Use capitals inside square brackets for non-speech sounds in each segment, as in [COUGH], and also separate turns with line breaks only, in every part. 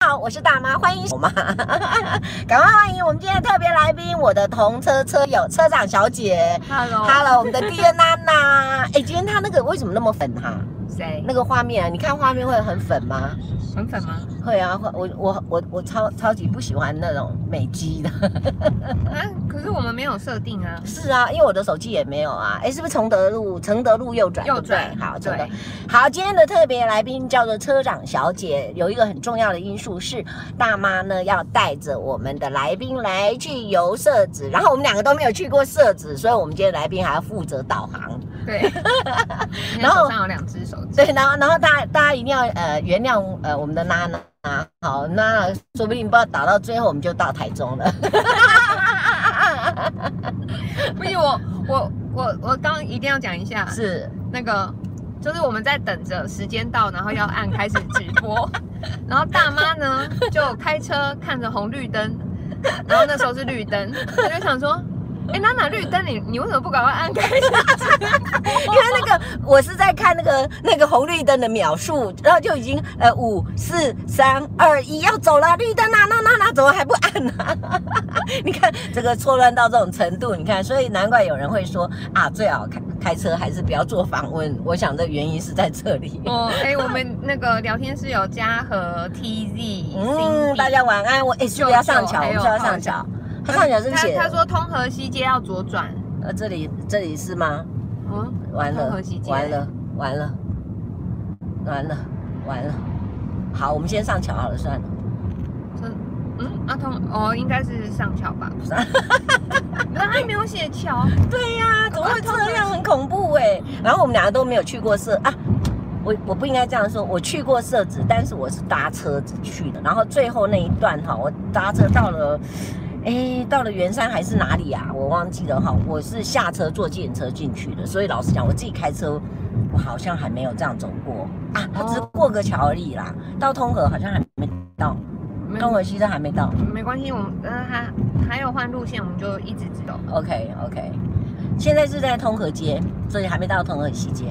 好，我是大妈，欢迎我妈， [LAUGHS] 赶快欢迎我们今天的特别来宾，我的同车车友车长小姐。
Hello，
Hello，我们的 d 二娜
[LAUGHS]
娜，哎，今天她那个为什么那么粉哈、
谁？
那个画面啊，你看画面会很粉吗？
很粉吗？
会啊，会我我我我超超级不喜欢那种美肌的。 [LAUGHS]
啊，可是我们没有设定啊。
是啊，因为我的手机也没有啊。哎，是不是承德路？承德路右转，
右
对不对
转
好，承德
对。，
好，今天的特别来宾叫做车长小姐，有一个很重要的因素是，大妈呢要带着我们的来宾来去游社子，然后我们两个都没有去过社子，所以我们今天来宾还要负责导航。
[LAUGHS] 对。然后手上有两只手指。
对，然后然后大家大家一定要呃原谅呃我们的娜娜，好，那说不定不知道打到最后我们就到台中了。
不行，我我我我刚一定要讲一下，
是，
那个就是我们在等着时间到，然后要按开始直 [LAUGHS] 播，然后大妈呢就开车看着红绿灯，然后那时候是绿灯，我就想说。哎，娜娜，绿灯你你为什么不赶快按开始？
因为那个我是在看那个那个红绿灯的秒数，然后就已经呃五四三二一要走了，绿灯啊，那那那怎么还不按呢、你看这个错乱到这种程度，你看，所以难怪有人会说啊，最好开开车还是不要做访问。我想这原因是在这里。
哦，哎，我们那个聊天室有嘉禾、
[LAUGHS]
TZ、
嗯，
Cindy
大家晚安。我哎，是不是
舅
要上
舅
桥？我们
还
是
有
要
浩
上
翔
桥。 [LAUGHS] 他上桥是不是
他
写
他说通河西街要左转，
呃这里这里是吗？
嗯，
完了
痛恨西，街
完了，完了，完了，完了。好，我们先上桥好了，算了。
这嗯啊通哦应该是上桥吧？不是，
啊
[LAUGHS] 他没有写
[LAUGHS]
桥，
对呀、怎么会
啊
这样？很恐怖哎、然后我们两个都没有去过社啊，我我不应该这样说，我去过社子，但是我是搭车子去的。然后最后那一段哈，我搭车到了。哎，到了圆山还是哪里啊？我忘记了哈。我是下车坐计程车进去的，所以老实讲，我自己开车，我好像还没有这样走过啊。它只是
哦
过个桥而已啦，到通河好像还没到，
没
东河西站还没到。
没关系，我们呃还还有换路线，我们就一直走。
OK OK，现在是在通河街，所以还没到通河西街。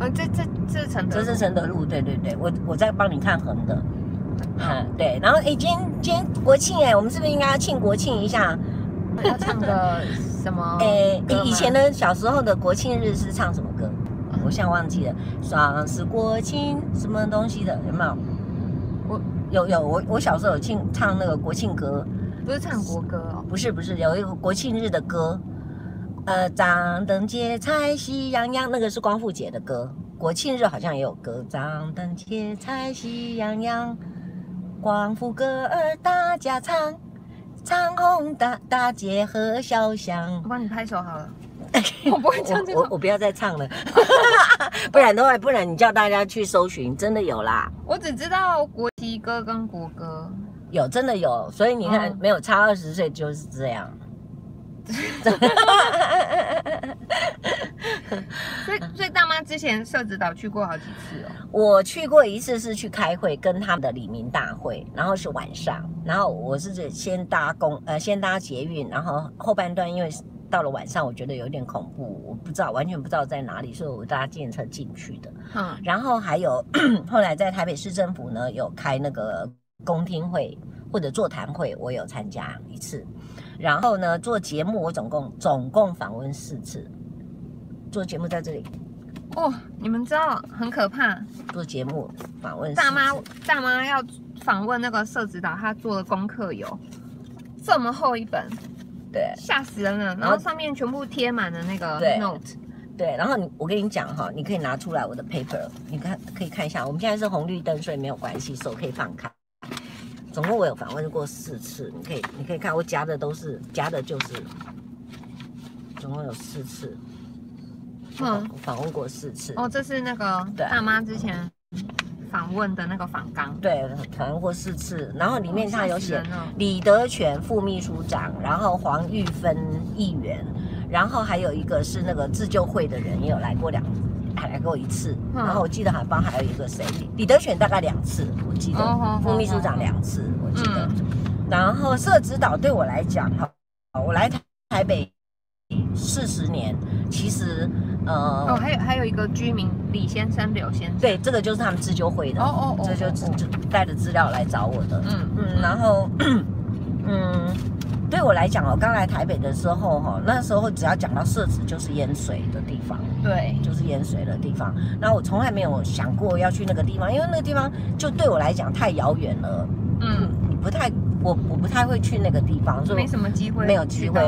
呃，这这这是承德
这
路，
是承德路，对对对，我我在帮你看横的，
嗯
哈、对。然后诶，今天今天国庆哎，我们是不是应该要庆国庆一下？？
要唱个什么
[LAUGHS] 诶，
哦歌吗
以以前的小时候的国庆日是唱什么歌？我现在忘记了，爽是国庆什么东西的，有没有？
我
有有，我我小时候有庆唱那个国庆歌，
不是唱国歌哦，
不是不是，有一个国庆日的歌，呃，张灯结彩，喜洋洋，那个是光复节的歌。国庆日好像也有歌，张灯结彩，喜洋洋，光复歌儿大家唱，唱红大大街和小巷
我。帮你拍手好
[LAUGHS]
了。 [LAUGHS] 我不会唱这
我我
种，
我不要再唱了， [LAUGHS] 不然的话，不然你叫大家去搜寻，真的有啦，
我只知道国旗歌跟国歌。
有真的有，所以你看，
嗯
没有差二十岁就是这样。
所以
嗯
所以大妈之前社子岛去过好几次哦。
我去过一次是去开会，跟他们的李明大会，然后是晚上，然后我是先搭公呃先搭捷运，然后后半段因为到了晚上，我觉得有点恐怖，我不知道完全不知道在哪里，所以我搭电车进去的。
嗯，
然后还有 [CLEARS THROAT] 后来在台北市政府呢有开那个公听会或者座谈会，我有参加一次。然后呢做节目，我总共总共访问四次，做节目在这里
哦，你们知道很可怕，
做节目访问四
大妈
次
大妈要访问那个社指导，她做的功课有这么厚一本，
对。
吓死人了。然后上面全部贴满了那个
对
note，
对，然后你我跟你讲哈，你可以拿出来我的 paper，你看可以看一下。我们现在是红绿灯，所以没有关系，手可以放开。总共我有访问过四次，你可以你可以看我夹的都是夹的就是，总共有四次，
嗯，
我访问过四次。
哦，这是那个
对
大妈之前访问的那个访纲，
对，访问过四次，然后里面它有写
哦吓死人了
李德全副秘书长，然后黄玉芬议员，然后还有一个是那个自救会的人也有来过两，还来过一次。
嗯
然后我记得好像还有一个谁，李德全大概两次，我记得、
哦嗯好好
副秘书长两次，我记得。然后社指导对我来讲，哈，我来台台北四十年，其实
哦，
呃，
还有还有一个居民李先生、柳先生，
对，这个就是他们自救会的，
哦哦哦，
这就
哦
就带着资料来找我的。
嗯
嗯，然后，嗯，对我来讲哦，刚来台北的时候哈、那时候只要讲到社子就是淹水的地方，
对，
就是淹水的地方。那我从来没有想过要去那个地方，因为那个地方就对我来讲太遥远了，
嗯，
不太我我不太会去那个地方，所以
没什么机会，
没有机会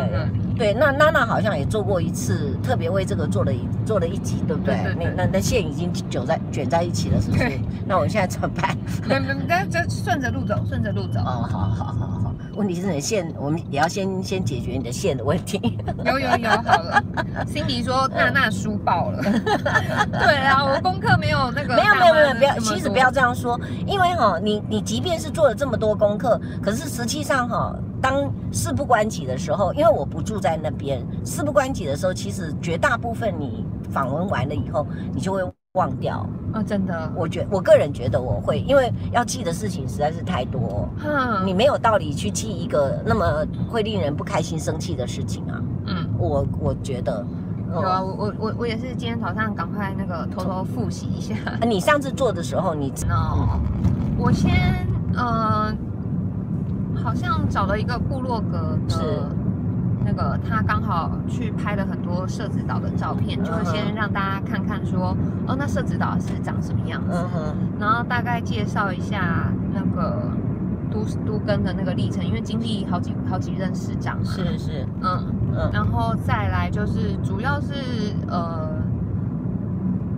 对，那娜娜好像也做过一次，特别为这个做了一做了一集，对不对？
对对对
那那那线已经卷在卷在一起了，是不是
[LAUGHS] 对？
那我现在怎么办？
没没，但这顺着路走，顺着路走，
哦，好好好好，问题是你的线，我们也要先先解决你的线的问
[LAUGHS]
题。
有有有，好了。Cindy 说娜娜书爆
[LAUGHS]
了，对啊，我功课没有那个
没有
大
没有
妈
没有，
那
不要，
么
其实
多
不要这样说，因为哈、你你即便是做了这么多功课，可是实际上哈、当事不关己的时候，因为我不住在那边，事不关己的时候，其实绝大部分你访问完了以后，你就会忘掉。
啊，真的，
我觉我个人觉得我会，因为要记的事情实在是太多，
哼，
你没有道理去记一个那么会令人不开心、生气的事情啊。
嗯。
我我觉得，哦
有啊，我我我我也是今天早上赶快那个偷偷复习一下。
啊你上次做的时候，你
哦，我先呃，好像找了一个部落格
是
的，那个他刚好去拍了很多社子岛的照片，就
嗯哼
先让大家看看说，哦，那社子岛是长什么样子，
嗯哼，
然后大概介绍一下那个都都根的那个历程，因为经历好几好几任市长嘛，
是是，
嗯，
嗯
然后再来就是主要是呃，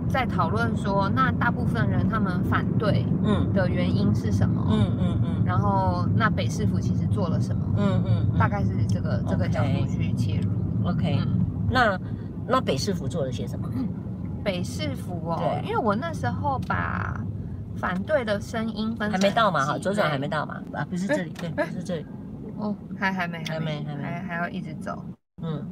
在讨论说，那大部分人他们反对
嗯
的原因是什么？
嗯嗯嗯
然后那北市府其实做了什么？
嗯嗯，
大概是这个、这个
OK
角度去切入。
OK。
嗯，
那那北市府做了些什么？
北市府哦，
对
因为我那时候把反对的声音分
还没到嘛？
哈，
哈，左转还没到嘛？啊，不是这里，
哎
对，不是这里，
哦，还还没
还没还没
还还要一直走，
嗯，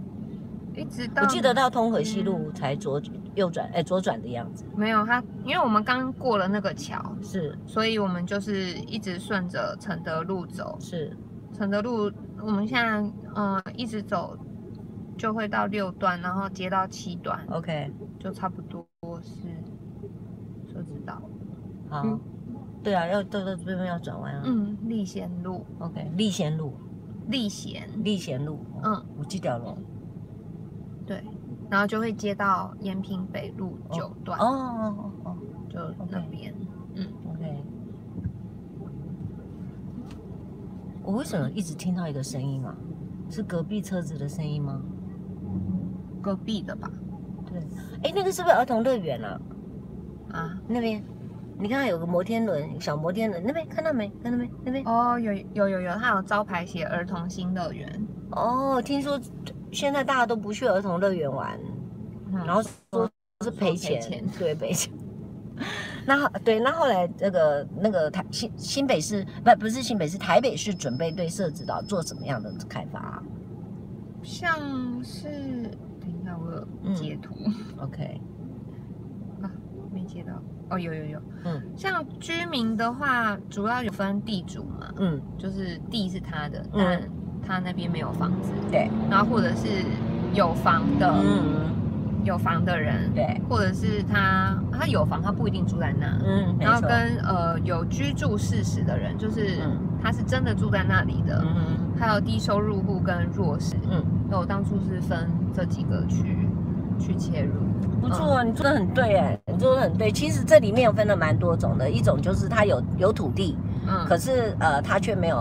一直到嗯
我记得到通河西路才左右转，哎，左转的样子，
没有他，因为我们刚过了那个桥，
是
所以我们就是一直顺着承德路走。
是，
承德路我们现在嗯一直走，就会到六段，然后接到七段，
OK，
就差不多是社子岛。
好
嗯，
对啊，要到到这边要转弯啊。
嗯，立贤路，
OK，立贤路，
立贤，
立贤路，
嗯，
我记掉了。
对，然后就会接到延平北路
哦
九段，
哦哦哦
就那边。
哦，OK。我为什么一直听到一个声音啊？是隔壁车子的声音吗？
隔壁的吧？
对，哎，那个是不是儿童乐园啊？
啊，
那边，你看有个摩天轮，小摩天轮那边看到没？看到没？那边
哦，有有有有，它有招牌写儿童新乐园，
哦，听说现在大家都不去儿童乐园玩，
嗯哦
然后说是赔
说赔
钱，
钱
对赔钱。 [LAUGHS] 那后对，那后来那个那个台新新北市不不是新北市台北市准备对社子岛做什么样的开发、啊、
像是，等一下我有
嗯
截图、
？OK，
没截到，哦有有有，
嗯
像居民的话，主要有分地主嘛，
嗯
就是地是他的，
嗯
但他那边没有房子，
对，
然后或者是有房的，
嗯
有房的人，
对
或者是他他有房，他不一定住在那，
嗯，没
然后
错
跟呃有居住事实的人，就是
嗯
他是真的住在那里的，
嗯
还有低收入户跟弱势，
嗯
那我当初是分这几个去去切入，
不错啊，你做的很对哎，你做的很对。其实这里面有分了蛮多种的，一种就是它有有土地，
嗯，
可是呃，他却没有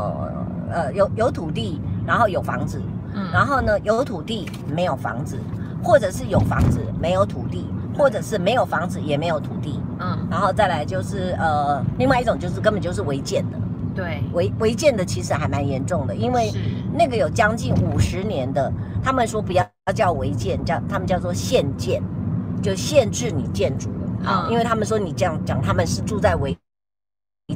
呃有有土地，然后有房子，
嗯
然后呢有土地没有房子，或者是有房子没有土地，或者是没有房子也没有土地，
嗯
然后再来就是呃另外一种就是根本就是违建的，
对，
违违建的其实还蛮严重的，因为
是
那个有将近五十年的，他们说不要叫违建，叫他们叫做限建，就限制你建筑啊、
嗯
因为他们说你这样讲，他们是住在违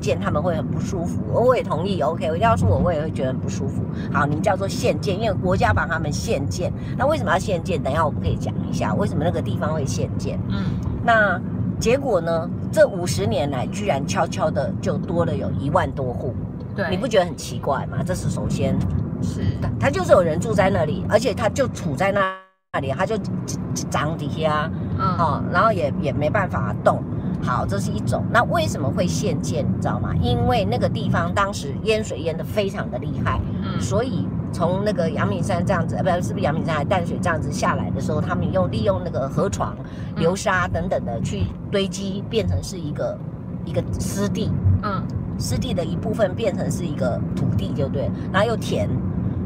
建，他们会很不舒服。我也同意，OK，我要是我，我也会觉得很不舒服。好，你们叫做限建，因为国家把他们限建。那为什么要限建？等一下我们可以讲一下为什么那个地方会限建。
嗯
那结果呢？这五十年来，居然悄悄的就多了有一万多户。
对，
你不觉得很奇怪吗？这是首先，
是
他就是有人住在那里，而且他就处在那里，他就长底下
嗯
哦，然后也也没办法动。好，这是一种。那为什么会限建？你知道吗？因为那个地方当时淹水淹得非常的厉害，
嗯
所以从那个阳明山这样子，呃，不是是不是阳明山还淡水这样子下来的时候，他们用利用那个河床、
嗯
流沙等等的去堆积，变成是一个一个湿地，
嗯
湿地的一部分变成是一个土地，就对了，然后又填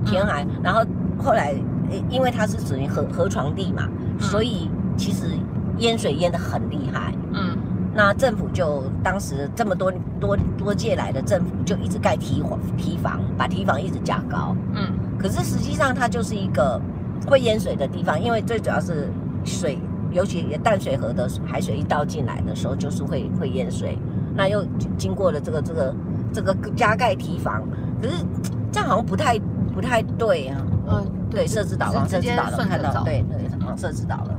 填海，然后后来呃因为它是属于河河床地嘛，
嗯
所以其实淹水淹得很厉害。
嗯
那政府就当时这么多多多届来的政府就一直盖堤防，堤防把堤防一直架高，
嗯
可是实际上它就是一个会淹水的地方，因为最主要是水，尤其也淡水河的海水一倒进来的时候，就是会会淹水。那又经过了这个这个这个加盖堤防，可是这样好像不太不太对啊。
嗯，
对，设置岛往设
直
置
接
岛了，
顺着
看到
走
对对，往设置岛了。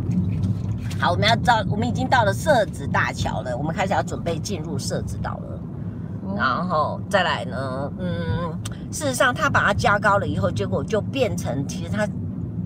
好，我们要到，我们已经到了设置大桥了，我们开始要准备进入设置岛了。
啊，
然后再来呢，嗯，事实上它把它加高了以后，结果就变成其实它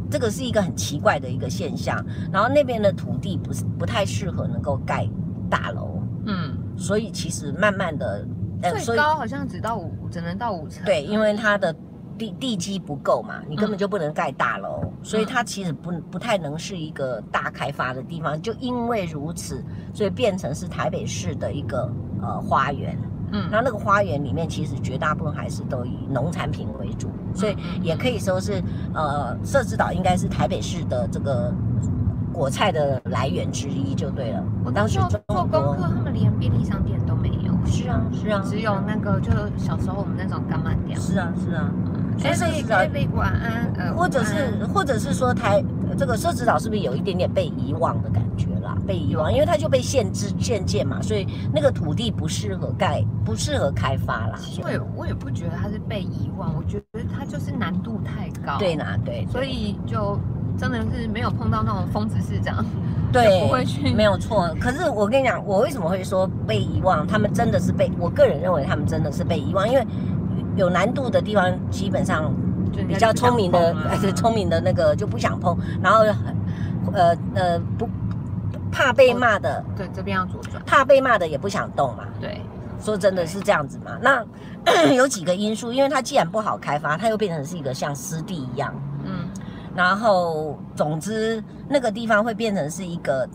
这个是一个很奇怪的一个现象。然后那边的土地不是不太适合能够盖大楼，
嗯，
所以其实慢慢的，嗯所
最
以
高好像只到五，只能到五层，
对，因为它的地地基不够嘛，你根
嗯
本就不能盖大楼，所以它其实不不太能是一个大开发的地方。就因为如此，所以变成是台北市的一个呃花园。
嗯，
那那个花园里面，其实绝大部分还是都以农产品为主，所以
嗯
也可以说是，呃，社子岛应该是台北市的这个果菜的来源之一，就对了。
我
当
当时
时
候
中
做功
国
课，他们连便利商店都没有，
是啊，是啊，
只有那个就小时候我们那种干妈店，
是啊，是啊。所以
哎
社
贝
子岛
贝晚安，呃，
或者
午安
是或者是说台这个社子岛是不是有一点点被遗忘的感觉啦？被遗忘，因为它就被限制限建嘛，所以那个土地不适合盖，不适合开发啦。
其实我也我也不觉得它是被遗忘，我觉得它就是难度太高。
对，啦，对，
所以就真的是没有碰到那种疯子市长，
对，
就不会去
[LAUGHS] 没有错。可是我跟你讲，我为什么会说被遗忘？他们真的是被，我个人认为他们真的是被遗忘，因为有难度的地方，基本上
就人
比
家
较
就不
聪明的
想碰啊，
而且 [LAUGHS] 聪明的那个就不想碰，然后呃呃不怕被骂的，
对这边要左转，
怕被骂的也不想动嘛。
对，
说真的是这样子嘛？那 [COUGHS] 有几个因素，因为它既然不好开发，它又变成是一个像湿地一样，
嗯
然后总之那个地方会变成是一个，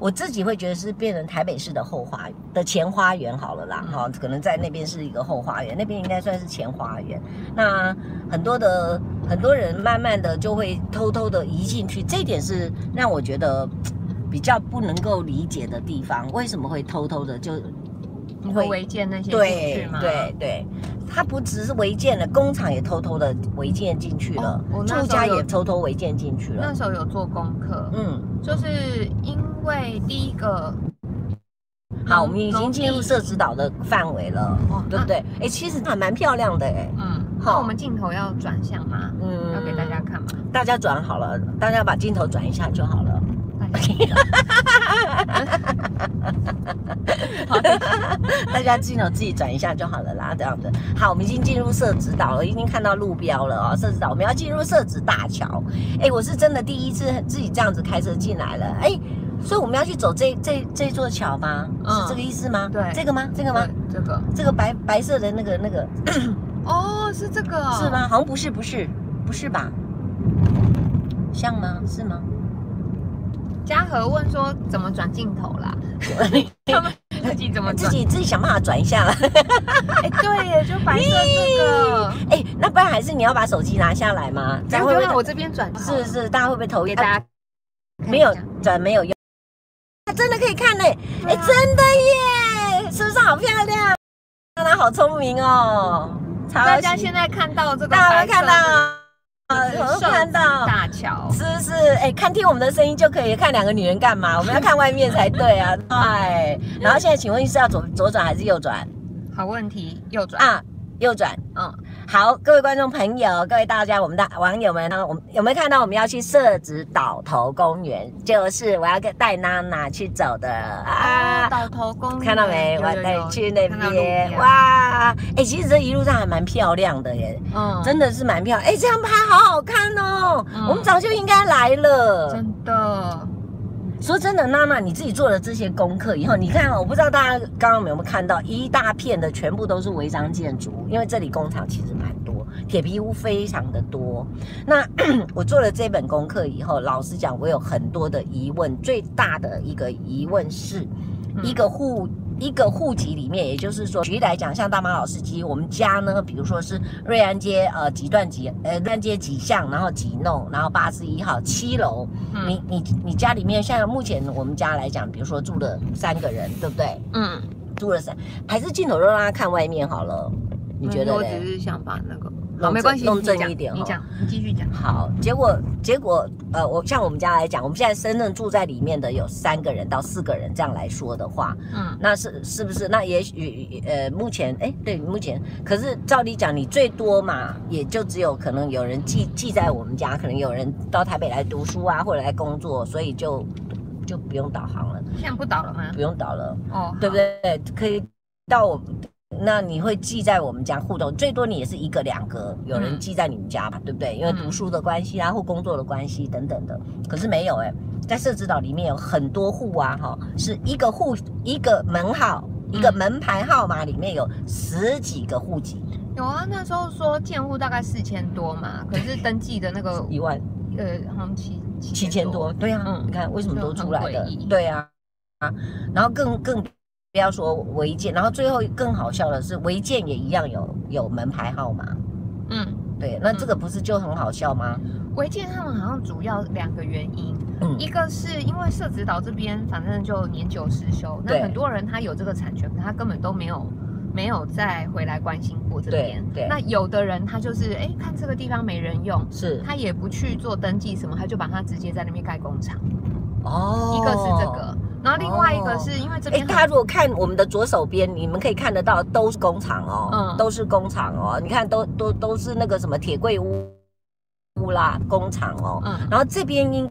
我自己会觉得是变成台北市的后花的前花园好了啦，
嗯
哈、可能在那边是一个后花园，那边应该算是前花园。那很多的很多人慢慢的就会偷偷的移进去，这一点是让我觉得比较不能够理解的地方，为什么会偷偷的就
你
会
会违建那些进去
对
吗？
对对，它不只是违建了，工厂也偷偷的违建进去了
哦，我
住
那时候
家也
有
偷偷违建进去了
那。时候有做功课，
嗯，
就是因为第一个，
好，我
农
们已经进入社指导的范围了，
哦
对不？对？哎，其实还蛮漂亮的哎。
那嗯，
好
那我们镜头要转向吗？
嗯
要给大家，看吗？
大家转好了，大家把镜头转一下就好了。 [LAUGHS]
大家记得好对不起
大家镜头自己转一下就好了啦，这样子。好，我们已经进入社指导了，已经看到路标了哦，社指导，我们要进入社指大桥。哎，我是真的第一次自己这样子开车进来了，哎，所以我们要去走这这这座桥吗？
嗯
是这个意思吗？
对
这个吗？这个吗？
对这个
这个白白色的那个那个
哦，是这个哦
是？吗？好像不是，不是，不是吧？像吗？是吗？
嘉禾问说怎么转镜头啦？他们自己怎么
[LAUGHS] 自
转？
己自己想办法转一下啦。 [LAUGHS]
哎、对耶，就白色这个。
哎，那不然还是你要把手机拿下来吗？这
然
样
后
会
就
不
让我
会？
这边转，
是是，大家会不会头
给
晕？
大家
啊
看一下
没有转没有用，啊真的可以看呢、哎、
对啊
真的耶，是不是好漂亮？她好聪明哦，超
大家
喜
现在看到这个
大
白
家看
色
到
的，
啊，
是
有没有
瘦
看到？
大桥，
是不是？哎、看听我们的声音就可以，看两个女人干
[LAUGHS]
嘛？我们要看外面才对啊！哎，然后现在请问是要左左转还是右转
好问题，右转
啊？右转。
嗯，
好，各位观众朋友，各位大家，我们的网友们呢，我们有没有看到我们要去社子岛头公园？就是我要跟带娜娜去走的
啊，
啊。
岛头公园
看到没？
哦有
我
有
带
有
你去那
看到路
边，
标，
哇！哎、其实这一路上还蛮漂亮的耶，
嗯，
真的是蛮漂亮。哎、这样拍好好看哦、
嗯
我们早就应该来了。
真的，
说真的，娜娜，你自己做了这些功课以后，你看、哦，我不知道大家刚刚有没有看到，一大片的全部都是违章建筑，因为这里工厂其实蛮多，铁皮屋非常的多。那 [CLEARS THROAT] 我做了这本功课以后，老实讲，我有很多的疑问，最大的一个疑问是，
嗯
一个户一个户籍里面，也就是说，举例来讲，像大马老司机，我们家呢，比如说是瑞安街呃几段几呃瑞安街几巷，然后几弄，然后八十一号七楼，你
嗯
你你家里面像目前我们家来讲，比如说住了三个人，对不对？
嗯，
住了三，还是镜头都让他看外面好了，你觉
嗯
得
我
呢？
只是想把那个，好，
弄
没关系，
正弄
你
正
讲
一点
你
哦
讲，你继续讲，
好，结果结果呃，我像我们家来讲，我们现在深圳住在里面的有三个人到四个人，这样来说的话，
嗯
那是是不是？那也许呃，目前哎，对，目前可是照理讲，你最多嘛，也就只有可能有人寄寄在我们家，可能有人到台北来读书啊，或者来工作，所以就就不用导航了，
现在不倒了吗？
不用导了，
哦，
对不
好？
对？可以到我。那你会寄在我们家互动，最多你也是一个两个，有人
嗯
寄在你们家吧，对不对？因为
嗯
读书的关系啊，或工作的关系等等的。可是没有哎、在社子岛里面有很多户啊，哈，是一个户一个门号，一个
嗯
门牌号码里面有十几个户籍，
有啊，那时候说建户大概四千多嘛，
嗯
可是登记的那个
一万
呃，好像七
七千多，，对啊，
嗯
你看为什么
就
都出
很
来
诡
的
异？
对啊，啊，然后更更不要说违建，然后最后更好笑的是违建也一样有有门牌号码，
嗯，
对，那
嗯
这个不是就很好笑吗？
违建他们好像主要两个原因，
嗯
一个是因为社子岛这边反正就年久失修，那
对
很多人他有这个产权，可他根本都没有没有再回来关心过这
对
边。
对
那有的人他就是哎、诶看这个地方没人用，
是
他也不去做登记什么，他就把它直接在那边盖工厂。
哦，
一个是这个，然后另外一个是因为这
哎、
边很、
大家如果看我们的左手边，你们可以看得到，都是工厂哦，
嗯
都是工厂哦。你看都，都都是那个什么铁柜屋屋啦，工厂哦。
嗯，
然后这边应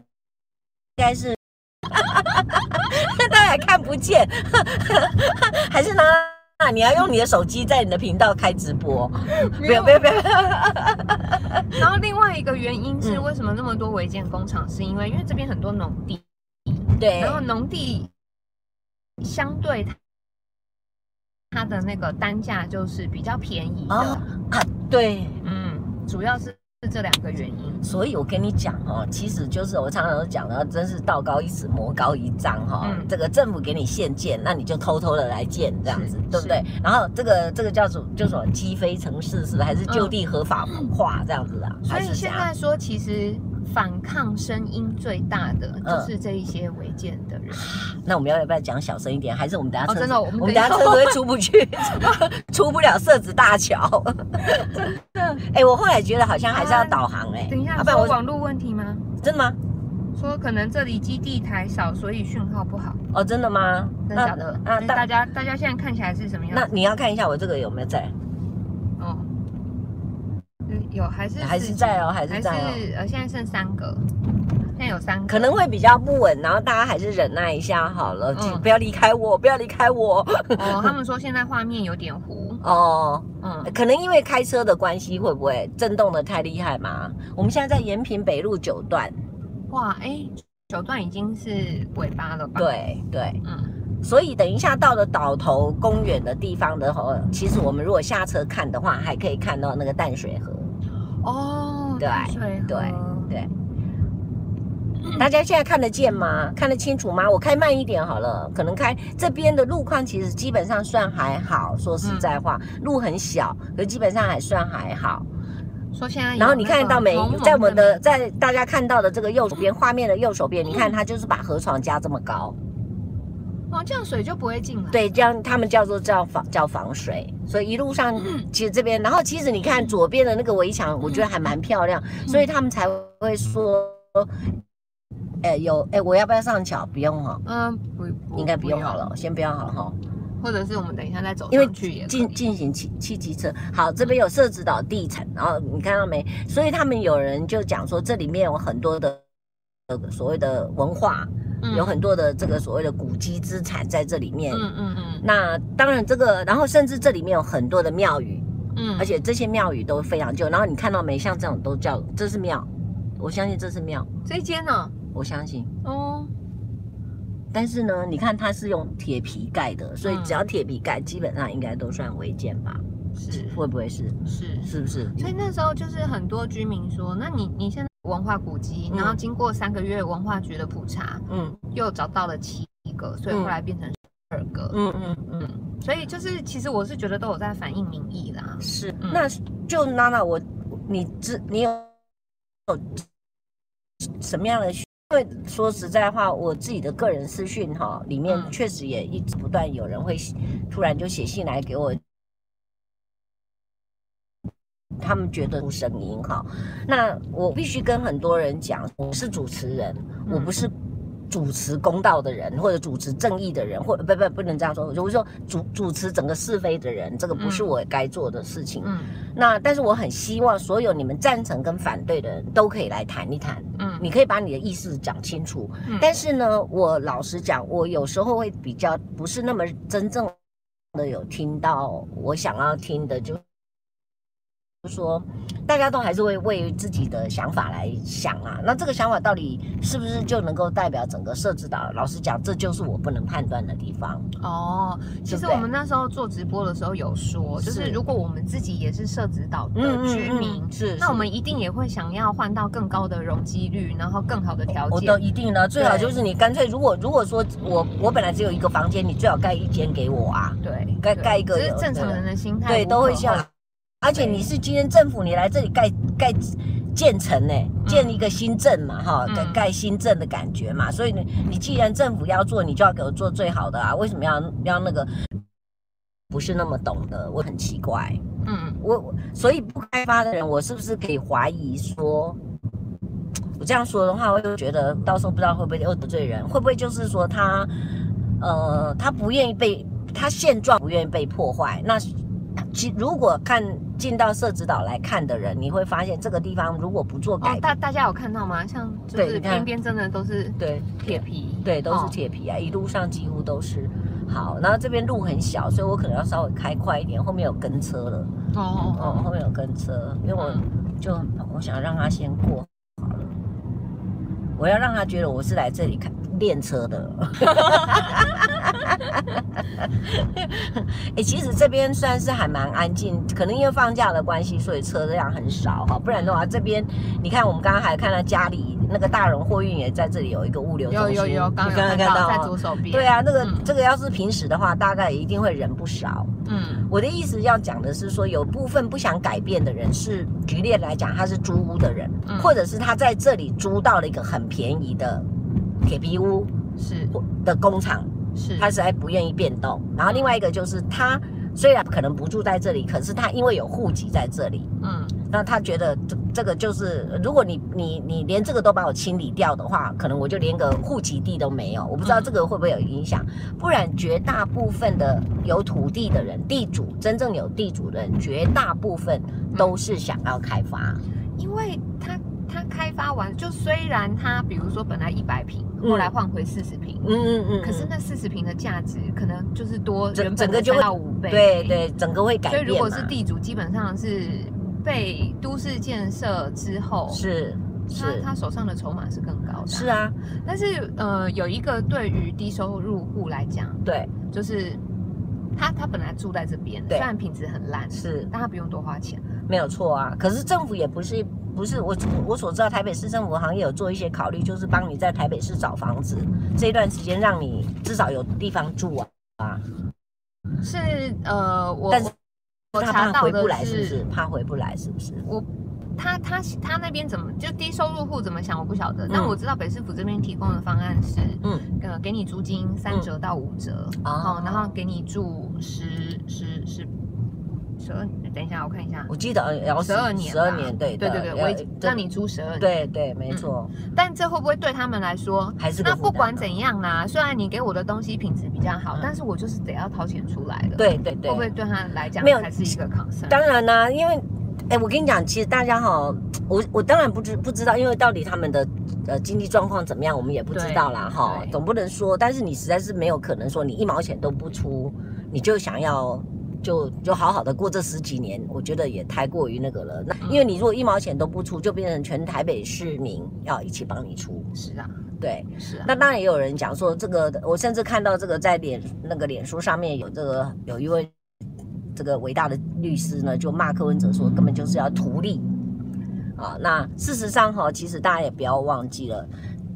该是， [LAUGHS] 大家也看不见， [LAUGHS] 还是呢？你要用你的手机在你的频道开直播，不要不要不要，
然后另外一个原因是
嗯
为什么那么多违建工厂，是因为因为这边很多农地，
对
然后农地相对它它的那个单价就是比较便宜的，
啊啊对，
嗯，主要是是这两个原因，
所以我跟你讲哦，其实就是我常常都讲的，真是道高一尺，魔高一丈哈、
嗯
这个政府给你限建，那你就偷偷的来建，这样子
是
对不对？然后这个这个叫做就什么鸡飞城市是不是？还是就地合法化这样子啊？
嗯所
还
以
是这
现
样？
在说其实反抗声音最大
嗯
的就是这一些违建的人，
那我们要不要讲小声一点？还是我们等下车
哦
子、
真的我们
我们
等
等下
一下
车子会出不去， [LAUGHS] 出不了社子大桥。 [LAUGHS] 哎、我后来觉得好像还是要导航哎、
等一下
要不然
说
我
网络问题吗？
真的吗？
说可能这里基地台少，所以讯号不好，
哦，真的吗？
真的假的？
那
那
那
大家大家现在看起来是什么样
那
子？
你要看一下我这个有没有在？
哦，嗯有还是
还是在哦，还
还
是
是
在哦，
呃，现在剩三个，现在有三个，
可能会比较不稳，然后大家还是忍耐一下好了，
嗯
请不要离开我，不要离开我
哦，他们说现在画面有点糊，
哦。
嗯，
可能因为开车的关系，会不会震动的太厉害嘛？我们现在在延平北路九段，
哇，哎、九段已经是尾巴了吧？，
对对，
嗯，
所以等一下到了岛头公园的地方的话，其实我们如果下车看的话，还可以看到那个淡水河。
哦，
对
淡水河
对对，大家现在看得见吗？看得清楚吗？我开慢一点好了，可能开这边的路况其实基本上算还好，说实在话，路很小，可基本上还算还好。
说现在有
然后你看得到没
那个萌？萌
在我们
的
的在大家看到的这个右手边画面的右手边，你看它就是把河床加这么高，
美哦，这样水就不会进来，，
对，这样他们叫做叫防叫防水，所以一路上
嗯
其实这边，然后其实你看左边的那个围墙，我觉得还蛮漂亮，
嗯
所以他们才会说，呃哎、有哎、我要不要上桥？不用哈、
嗯，不，
应该不用好了，先不要好哈。
或者是我们等一下再走
因为
上去也可以
进进行七七级车。好，这边有社指导地产，然后你看到没？所以他们有人就讲说，这里面有很多的呃所谓的文化，有很多的这个所谓的古迹资产在这里面。
嗯嗯嗯
那当然，这个然后甚至这里面有很多的庙宇，
嗯，
而且这些庙宇都非常旧。然后你看到没？像这种都叫这是庙，我相信这是庙，
这一间呢，
我相信。
哦，
但是呢，你看它是用铁皮盖的，所以
嗯
只要铁皮盖，基本上应该都算违建吧？
是
会不会是？
是
是不是？
所以那时候就是很多居民说，那你你现在文化古迹，
嗯
然后经过三个月文化局的普查，
嗯
又找到了七个，所以
嗯
后来变成二个。
嗯嗯嗯，
所以就是其实我是觉得都有在反映民意啦。
是。
嗯
那就娜娜，我你知你有有什么样的需？因为说实在话，我自己的个人私讯哈，里面
嗯
确实也一直不断有人会写突然就写信来给我。他们觉得无声音哈，那我必须跟很多人讲，我是主持人，
嗯
我不是主持公道的人，或者主持正义的人，或不不不能这样说，我就说主主持整个是非的人，这个不是
嗯
我该做的事情。
嗯
那但是我很希望所有你们赞成跟反对的人都可以来谈一谈，
嗯，
你可以把你的意思讲清楚。
嗯
但是呢，我老实讲，我有时候会比较不是那么真正的有听到我想要听的，就就说大家都还是会为自己的想法来想啊。那这个想法到底是不是就能够代表整个社指导？老实讲，这就是我不能判断的地方。
哦，其
对不
实
对
我们那时候做直播的时候有说，就是
是
如果我们自己也是社子岛的
嗯
居民。
是，
那
是
我们一定也会想要换到更高的容积率，然后更好的条
我
件
都。一定的，最好
对
就是你干脆，如果如果说我我本来只有一个房间，你最好盖一间给我啊，
对，
该
对
盖一个
这是
有
正常
对
人的心态，
对，都会
像
像。而且你是今天政府，你来这里盖盖建成呢、建一个新镇嘛，哈，
嗯
盖盖新镇的感觉嘛。所以你你既然政府要做，你就要给我做最好的啊，为什么要要那个？不是那么懂的，我很奇怪。
嗯，
我我所以不开发的人，我是不是可以怀疑说，我这样说的话，我就觉得到时候不知道会不会又得罪人，会不会就是说他，呃，他不愿意被他现状不愿意被破坏。那其如果看进到社子岛来看的人，你会发现这个地方如果不做
哦
改，变，
大大家有看到吗？像就
对
是
你看
边边真的都是
对
铁皮，
对，都是
哦。
铁皮啊，一路上几乎都是。好，然后这边路很小，所以我可能要稍微开快一点，后面有跟车了。
哦
哦，
哦
后面有跟车，因为我
嗯
就很我想让他先过好了，我要让他觉得我是来这里看练车的。 [LAUGHS] 哎、其实这边算是还蛮安静，可能因为放假的关系，所以车辆很少哈。不然的话，这边你看我们刚刚还看到家里那个大荣货运也在这里有一个物流
哦，
中
有
心，
有有，
你
刚
刚
刚有看到
哦
在左手边。
对，啊，那个、
嗯
这个要是平时的话，大概一定会人不少。
嗯
我的意思要讲的是说，有部分不想改变的人是，举例来讲，他是租屋的人，
嗯，
或者是他在这里租到了一个很便宜的铁皮屋
是
或的工厂，
是，
他实在不愿意变动。然后另外一个就是他虽然可能不住在这里，可是他因为有户籍在这里，
嗯
那他觉得这这个就是，如果你你你连这个都把我清理掉的话，可能我就连个户籍地都没有。我不知道
嗯
这个会不会有影响，不然绝大部分的有土地的人，地主真正有地主的人，绝大部分都是想要开发。
因为它它开发完，就虽然它比如说本来一百平，
嗯
后来换回四十平，
嗯嗯嗯
可是那四十平的价值可能就是多
整
原
整
本
个
的
就
三
会
到五倍。
对。对，整个会改
所以
变嘛。
如果是地主，基本上是被都市建设之后，
是
他
是
他手上的筹码是更高的。
是，啊，
但是呃，有一个对于低收入户来讲，
对
就是他他本来住在这边，
对
虽然品质很烂，
是。
但他不用多花钱。
没有错啊，可是政府也不是不是我我所知道台北市政府好像也有做一些考虑，就是帮你在台北市找房子这一段时间，让你至少有地方住啊啊！
是呃，我
但是
我
他
查
怕
到
回不
的
来是不是？怕回不来是不是？
他他他那边怎么就低收入户怎么想我不晓得，
嗯
但我知道北市府这边提供的方案是，
嗯，
呃，给你租金三折到五折，
哦
哦，然后给你住十十十十二，等一下我看一下，
我记得要
十二年
十
吧，
二年对
对
的
对对，
要
我已经
这
让你租十二年，
对对没错，
但这会不会对他们来说？
还是个
那
负
不
担
管
啊
怎样啦，虽然你给我的东西品质比较好，
嗯
但是我就是得要掏钱出来的，，
对对
会不会
对，
对他来讲
没有
才是一个 concern？
当然啦、因为。哎，我跟你讲，其实大家哈，我我当然不知不知道，因为到底他们的呃经济状况怎么样，我们也不知
对
道啦哈，
对
总不能说，但是你实在是没有可能说你一毛钱都不出，你就想要就就好好的过这十几年，我觉得也太过于那个了。那
嗯
因为你如果一毛钱都不出，就变成全台北市民要一起帮你出，
是啊，
对，
是啊，
那当然也有人讲说，这个我甚至看到这个在脸那个脸书上面有这个有一位这个伟大的律师呢，就骂柯文哲说根本就是要图利啊。那事实上哈，其实大家也不要忘记了，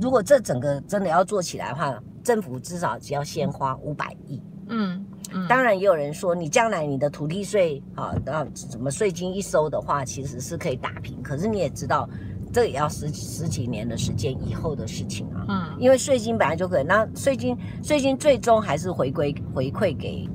如果这整个真的要做起来的话，政府至少只要先花五百亿。
嗯嗯，
当然也有人说，你将来你的土地税啊，那什么税金一收的话，其实是可以打平。可是你也知道，这也要十十几年的时间以后的事情啊。
嗯
因为税金本来就可以，那税金税金最终还是回归回馈给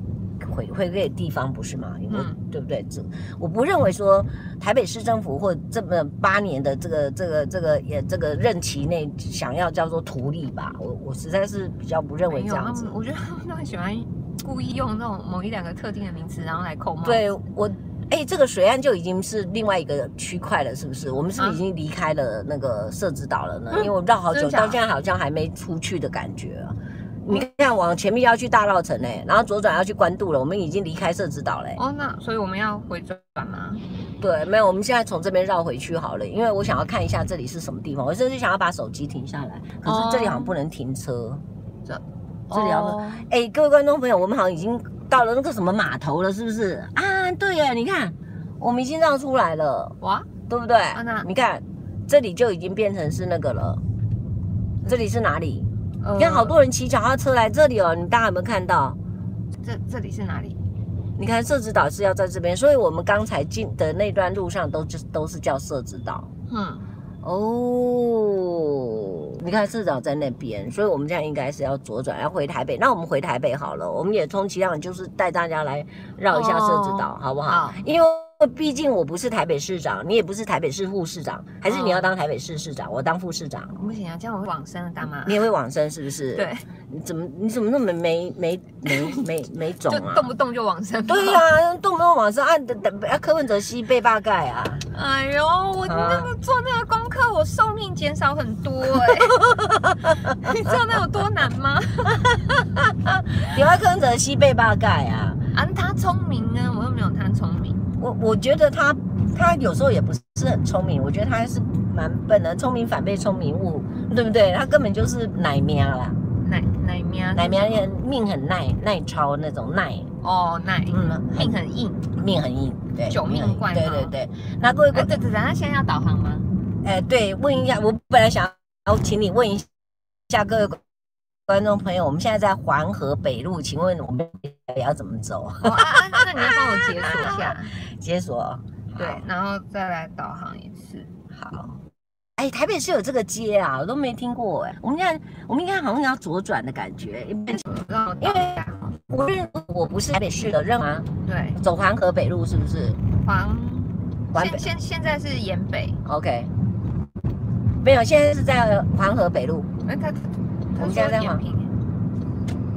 回回馈给地方，不是吗？我
嗯
对不对？这我不认为说台北市政府或这么八年的这个这个这个也这个任期内想要叫做图利吧，我我实在是比较不认为这
没有他
样子
们，。我觉得他们都很喜欢故意用那种某一两个特定的名词，然后来扣帽子。
对我，哎，这个水岸就已经是另外一个区块了，是不是？我们是不是
啊
已经离开了那个社子岛了呢？
嗯
因为我绕好久，
真假嗯
到现在好像还没出去的感觉啊。你看，往前面要去大稻城嘞、欸然后左转要去关渡了，我们已经离开社子岛嘞、
哦，那所以我们要回转吗？
对，没有，我们现在从这边绕回去好了，因为我想要看一下这里是什么地方，我甚至想要把手机停下来，可是这里好像不能停车。这里要不
哦
哎、各位观众朋友，我们好像已经到了那个什么码头了，是不是？啊，对呀，你看，我们已经绕出来了。
哇，
对不对？
那
你看这里就已经变成是那个了。这里是哪里？
呃
你看好多人骑脚踏车来这里哦，你大家有没有看到？
这这里是哪里？
你看社子岛是要在这边，所以我们刚才进的那段路上都就都是叫社子岛
嗯，
哦。你看社子岛在那边，所以我们现在应该是要左转，要回台北。那我们回台北好了，我们也充其量就是带大家来绕一下社子岛，好不好？
哦好，
因为毕竟我不是台北市长，你也不是台北市副市长，还是你
哦
要当台北市市长，我当副市长，
不行啊，这样我会往生的大妈。
你也会往生是不是？
对，，
你怎么你怎么那么没没没没没种
就
啊？
动不动就往生。
对呀、动不动往生啊，等等，啊柯文哲西被霸盖啊，
哎呦，我那个做那个功课，我寿命减少很多哎、你知道那有多难吗？
有啊，柯文哲西被霸盖啊，
啊，他聪明啊，我又没有他聪明。
我我觉得他他有时候也不是很聪明，我觉得他还是蛮笨的，聪明反被聪明误，对不对？他根本就是奶喵啦，
奶奶喵，
奶喵也命很耐耐操那种耐，
哦，奶
嗯，
命很硬。
命很硬，对，
九命怪
对
吗
对对。那各位
哎、
观，
对对对，那现在要导航吗？
哎、对，问一下，我本来想要请你问一下各位观众朋友，我们现在在环河北路，请问我们要怎么走？
哦啊啊，那你要帮我解锁一下，
解锁。
对，然后再来导航一次。
好，好。哎、台北是有这个街啊，我都没听过哎、我们现在我们应该好像要左转的感觉，因为
让我导一下。
我认我不是台北市的认啊，
对，
走环河北路是不是？
黄，
环北
现现现在是沿北，
OK，没有，现在是在环河北路，
哎、他
我
他
们
说
现在在
延
往
平，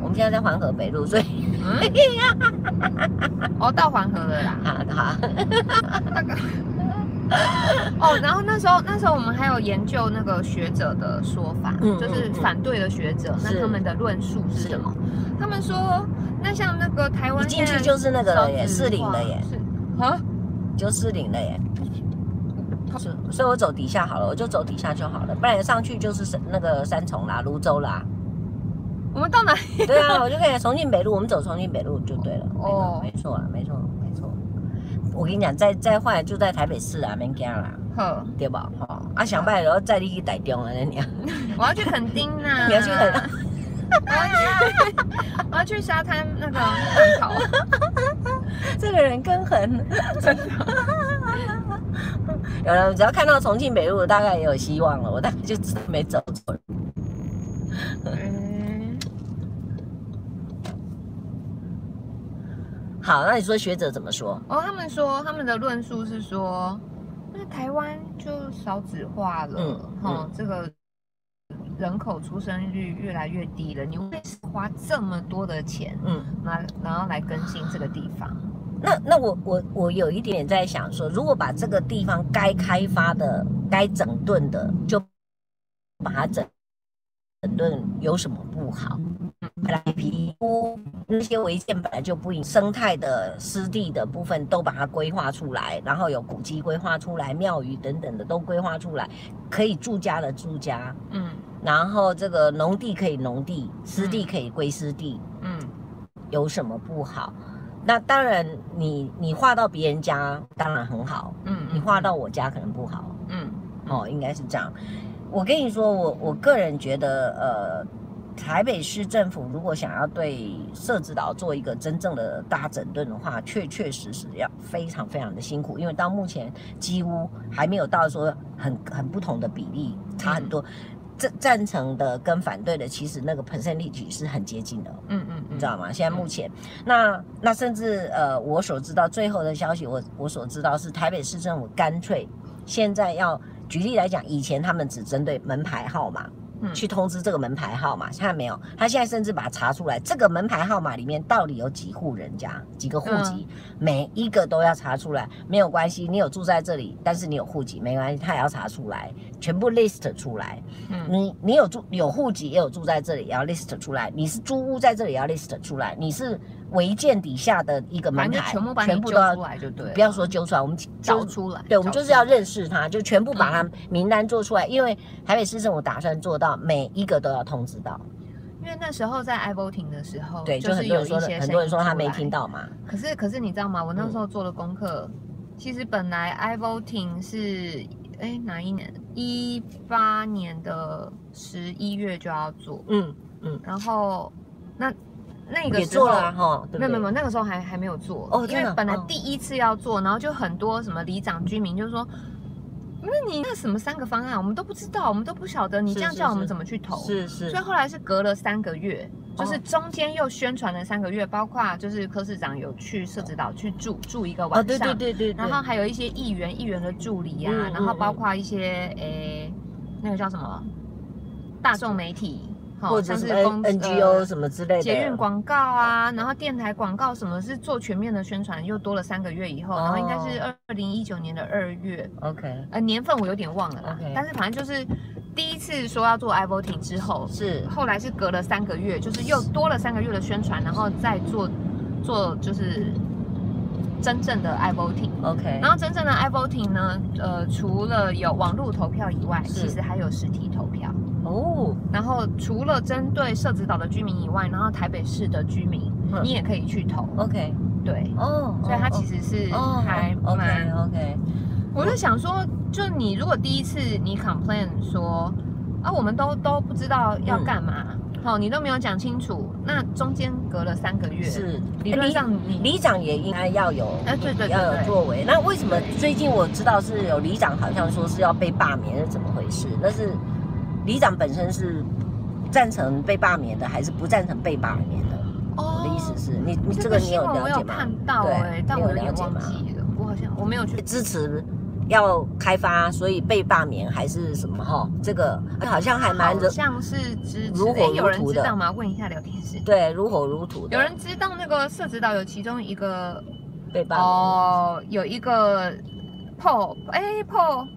我们现在在环河北路，所以。
嗯，哦，到黄河了啦
啊好。
那个，哦，然后那时候那时候我们还有研究那个学者的说法，
嗯
就是
嗯嗯
反对的学者，
是
那他们的论述是
是
什么？他们说，那像那个台
一
湾
进去
现在
就是那个了耶，
少子
四零
化
了耶，
是啊，
就四零了耶。是，所以我走底下好了，我就走底下就好了，不然上去就是山那个三重啦、泸州啦。
我们到哪
[LAUGHS]
里？
对啊，我就跟你重庆北路，我们走重庆北路就对了。哦
哦，
没错啦，没错，没错。我跟你讲，再再坏就在台北市啊，免惊啦，
呵，
对吧？哈、啊，想办法然后再你去台中啊，那你啊，
我要去垦丁
[LAUGHS]
呐、
你要去垦，
[LAUGHS] 我要去， [LAUGHS] 我要去沙滩那个浪潮。
这个人更狠， [LAUGHS] 真的。有人只要看到重庆北路，大概也有希望了。我大概就知道没走错。
嗯
好，那你说学者怎么说？
哦，他们说他们的论述是说，那台湾就少子化了，
嗯
哈、这个人口出生率越来越低了，你为什么花这么多的钱，
嗯，
那然后来更新这个地方？
那那我我我有一点点在想说，如果把这个地方该开发的、该整顿的，就把它整整顿，有什么不好？来评估那些违建本来就不一，生态的、湿地的部分都把它规划出来，然后有古迹规划出来，庙宇等等的都规划出来，可以住家的住家，
嗯
然后这个农地可以农地，湿地
嗯
可以归湿地，
嗯
有什么不好？那当然你，你划到别人家当然很好，
嗯，
你划到我家可能不好
嗯
哦，应该是这样。我跟你说，我我个人觉得，呃，台北市政府如果想要对社子岛做一个真正的大整顿的话，确确实实要非常非常的辛苦，因为到目前几乎还没有到说很很不同的比例，差很多。赞赞成的跟反对的，其实那个 percentage 是很接近的哦、
嗯嗯，
你知道吗？现在目前，那那甚至呃，我所知道最后的消息，我我所知道是台北市政府干脆现在要举例来讲，以前他们只针对门牌号码
嗯
去通知这个门牌号码，现在没有，他现在甚至把它查出来这个门牌号码里面到底有几户人家、几个户籍，每一个都要查出来。没有关系，你有住在这里，但是你有户籍没关系，他也要查出来，全部 list 出来。
嗯
你你有住有户籍，也有住在这里，也要 list 出来。你是租屋在这里，也要 list 出来。你是违建底下的一个门
反正
牌，
全部把你
都
揪
要
出，来就对了，
不要说揪出来，我们找
揪出来，
对，我们就是要认识它，就全部把
嗯
它名单做出来。因为台北市政府打算做到每一个都要通知到，
因为那时候在 i voting 的时候，
对，
哦就
就是很多
有
人
一
说
些
很多人
声音
说他
出
没
来
听到嘛，
可是可是你知道吗？我那
嗯
时候做的功课，其实本来 i voting 是哎哪一年？一八年的十一月就要做，
嗯，
然后那那个
也
时候
做了啊哈，对
没
不
有没有没
对？
有，那个时候还还没有做，
哦
因
真的
为
啊
本来
哦
第一次要做，然后就很多什么里长居民就说。那你那什么三个方案，我们都不知道，我们都不晓得，你
是
这样
是
叫我们
是
怎么去投？
是是
所以，后来是隔了三个月，就
嗯
是
哦
中间又宣传了三个月，包括就是柯市长有去社子岛去住住一个晚
哦，
上，
对对对对对，
然后还有一些议员、议员的助理啊，
嗯
然后
嗯
包
嗯
括一些诶、那个叫什么大众媒体，好
或者
像
是
是公
NGO
呃
什么之类的，
捷运广告啊，然后电台广告什么是做全面的宣传，又多了三个月以后，
哦
然后应该是二零一九年的二月，
，OK，
呃年份我有点忘了啦
OK
但是反正就是第一次说要做 i voting 之后，
是
后来是隔了三个月，就是又多了三个月的宣传，然后再做做就是真正的 i voting。
OK，
然后真正的 i voting 呢，呃，除了有网络投票以外，
是
其实还有实体投票。
哦，
然后除了针对社子岛的居民以外，然后台北市的居民，
嗯
你也可以去投。
OK，
对，
哦，
所以它其
实
实是还蛮
OK OK，
我就想说，就你如果第一次你 complain 说啊，我们都都不知道要
嗯
干嘛，好、你都没有讲清楚，那中间隔了三个月，
是哎
理论上你
里长也应该要有。
哎、对对对
要有
对，
作为，那为什么最近我知道是有里长好像说是要被罢免，是怎么回事？那是里长本身是赞成被罢免的，还是不赞成被罢免的？我
哦
的意思是你你这
这
个
个
你
新
有
闻我
了
有
解吗
看？到
对
哎、但
你
我
有
有
了
点
解
忘
吗
记了，我好像我没有去，
支持要开发，所以被罢免还是什么哈？这个好像还蛮
好像是支持，
如火
哎有
如
人
荼
知
的
道吗？问一下聊天室，
对如火如荼的。
有人知道那个社指导有其中一个
被罢免，
哦，有一个 Paul，哎 Paul。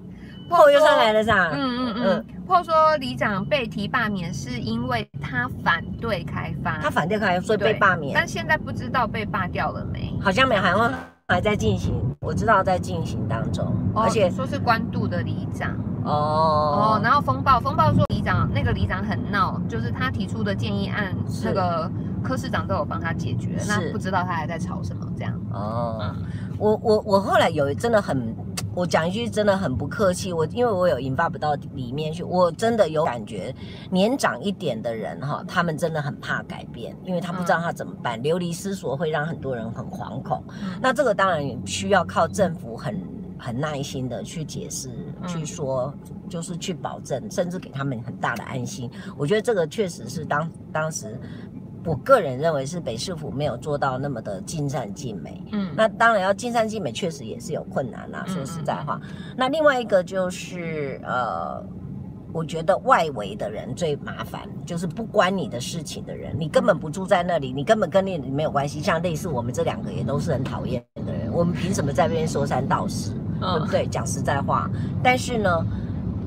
后又上来了是吧？
嗯嗯嗯，或说里长被提罢免是因为他反对开发，
他反对开，所以
对
被罢免。
但现在不知道被罢掉了没。
好像没有，好像还在进行，我知道在进行当中，
哦
而且
说是官渡的里长哦
哦，
然后风暴风暴说里长那个里长很闹，就是他提出的建议案，
是
那个柯市长都有帮他解决，
是
那不知道他还在吵什么这样。
哦，我我我后来有真的很，我讲一句真的很不客气，我因为我有引发不到里面去，我真的有感觉，年长一点的人哈，他们真的很怕改变，因为他不知道他怎么办，流离失所会让很多人很惶恐。
嗯
那这个当然需要靠政府很很耐心的去解释、
嗯
去说，就是去保证，甚至给他们很大的安心。我觉得这个确实是当当时我个人认为是北市府没有做到那么的尽善尽美。
嗯，
那当然要尽善尽美，确实也是有困难啦。
嗯
说实在话，那另外一个就是呃，我觉得外围的人最麻烦，就是不关你的事情的人，你根本不住在那里，你根本跟那里没有关系。像类似我们这两个也都是很讨厌的人，我们凭什么在那边说三道四？对不
嗯
对？讲实在话，但是呢，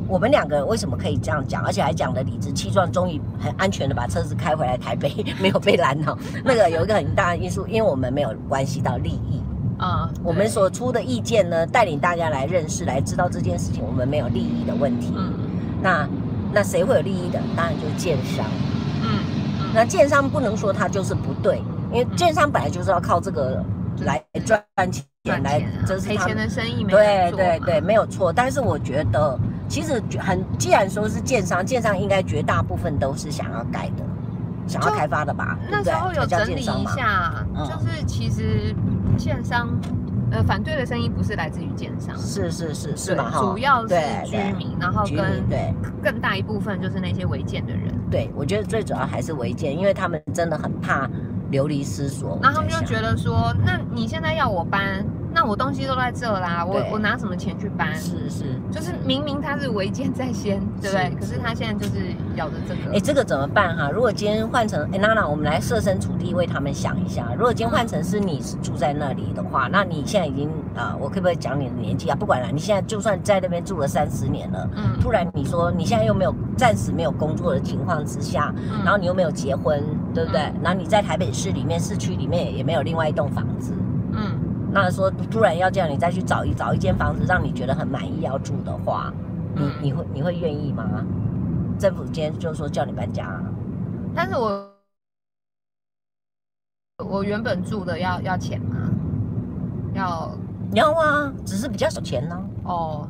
我们两个人为什么可以这样讲，而且还讲的理直气壮，终于很安全的把车子开回来台北， [LAUGHS] 没有被拦哦。那个有一个很大的因素，因为我们没有关系到利益，
嗯，
我们
对，
所出的意见呢，带领大家来认识、来知道这件事情，我们没有利益的问题。
嗯
那那谁会有利益的？当然就是建商。
嗯嗯，
那建商不能说它就是不对，因为建商本来就是要靠这个来赚钱，
赚
来
钱啊
这是
赔
他
钱
们
的生意没
对
人做
对
嘛
对，，没有错。但是我觉得，其实很，既然说是建商，建商应该绝大部分都是想要改的，想要
就
开发的吧？对
那
不
时
对
候
才
有
叫
整
建
理
商
一
嘛。
下，
嗯
就是其实建商呃反对的声音不是来自于建商，
是是是是
对
嘛哈，
主要是
对
居
对
民，然后
居
跟
民对
更大一部分就是那些违建的人，
对，我觉得最主要还是违建，因为他们真的很怕流离失所。
然后他们就
得
觉得说，那你现在要我搬，那我东西都在这啦，我
对
我拿什么钱去搬？
是是，
就是明明他是违建在先，对不对
是？
可是他现在就是咬着这个，
哎，这个怎么办哈、如果今天换成哎娜娜，我们来设身处地为他们想一下。如果今天换成是你是住在那里的话，那你现在已经啊、我可不可以讲你的年纪啊？不管了，你现在就算在那边住了三十年了，
嗯
突然你说你现在又没有暂时没有工作的情况之下，
嗯
然后你又没有结婚，对不对
嗯？
然后你在台北市里面市区里面也没有另外一栋房子，
嗯
那说突然要这样，你再去找一找一间房子让你觉得很满意要住的话，你
嗯
你会你会愿意吗？政府今天就说叫你搬家、啊。
但是我我原本住的要要钱吗？要
要啊，只是比较少钱呢、
哦，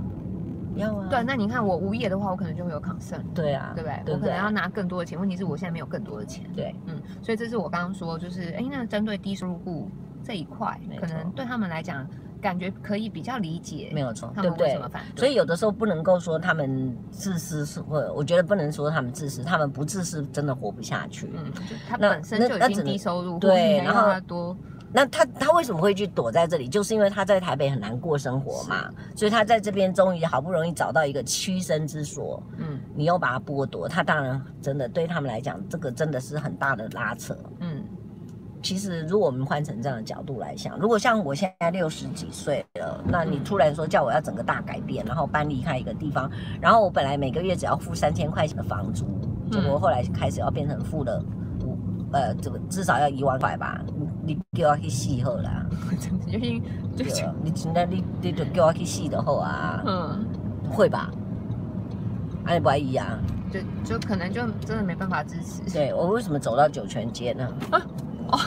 要啊，
对，那你看我无业的话，我可能就会有 concern，
对啊，
对不对？
对
我
不
可
对
能？要拿更多的钱，问题是我现在没有更多的钱，
对，
嗯，所以这是我刚刚说，就是哎，那针对低收入户这一块
没，
可能
错
对他们来讲，感觉可以比较理解
没有错，
他
对
们
不
为什
对
么？反对，
所以有的时候不能够说他们自私是，或者我觉得不能说他们自私，他们不自私真的活不下去。
嗯，就他
那
本身
那
就
那
已
只
经
能
低收入户，
对
你还
然
要
后
他多，
那他他为什么会去躲在这里？就是因为他在台北很难过生活嘛，所以他在这边终于好不容易找到一个栖身之所，
嗯
你又把他剥夺，他当然真的对他们来讲，这个真的是很大的拉扯。
嗯 [LAUGHS]
其实，如果我们换成这样的角度来想，如果像我现在六十几岁了，那你
嗯
突然说叫我要整个大改变，然后搬离开一个地方，然后我本来每个月只要付三千块钱的房租，结果
嗯
后来开始要变成付了五，呃，这个至少要一万块吧，你你给我去细后啦，
真的就因就
啊对
是
啊你那你你就给我去细的后啊，
[LAUGHS] 嗯，
会吧？啊，你不一样。
就就可能就真的没办法支持，
对我为什么走到九泉街呢？
啊哦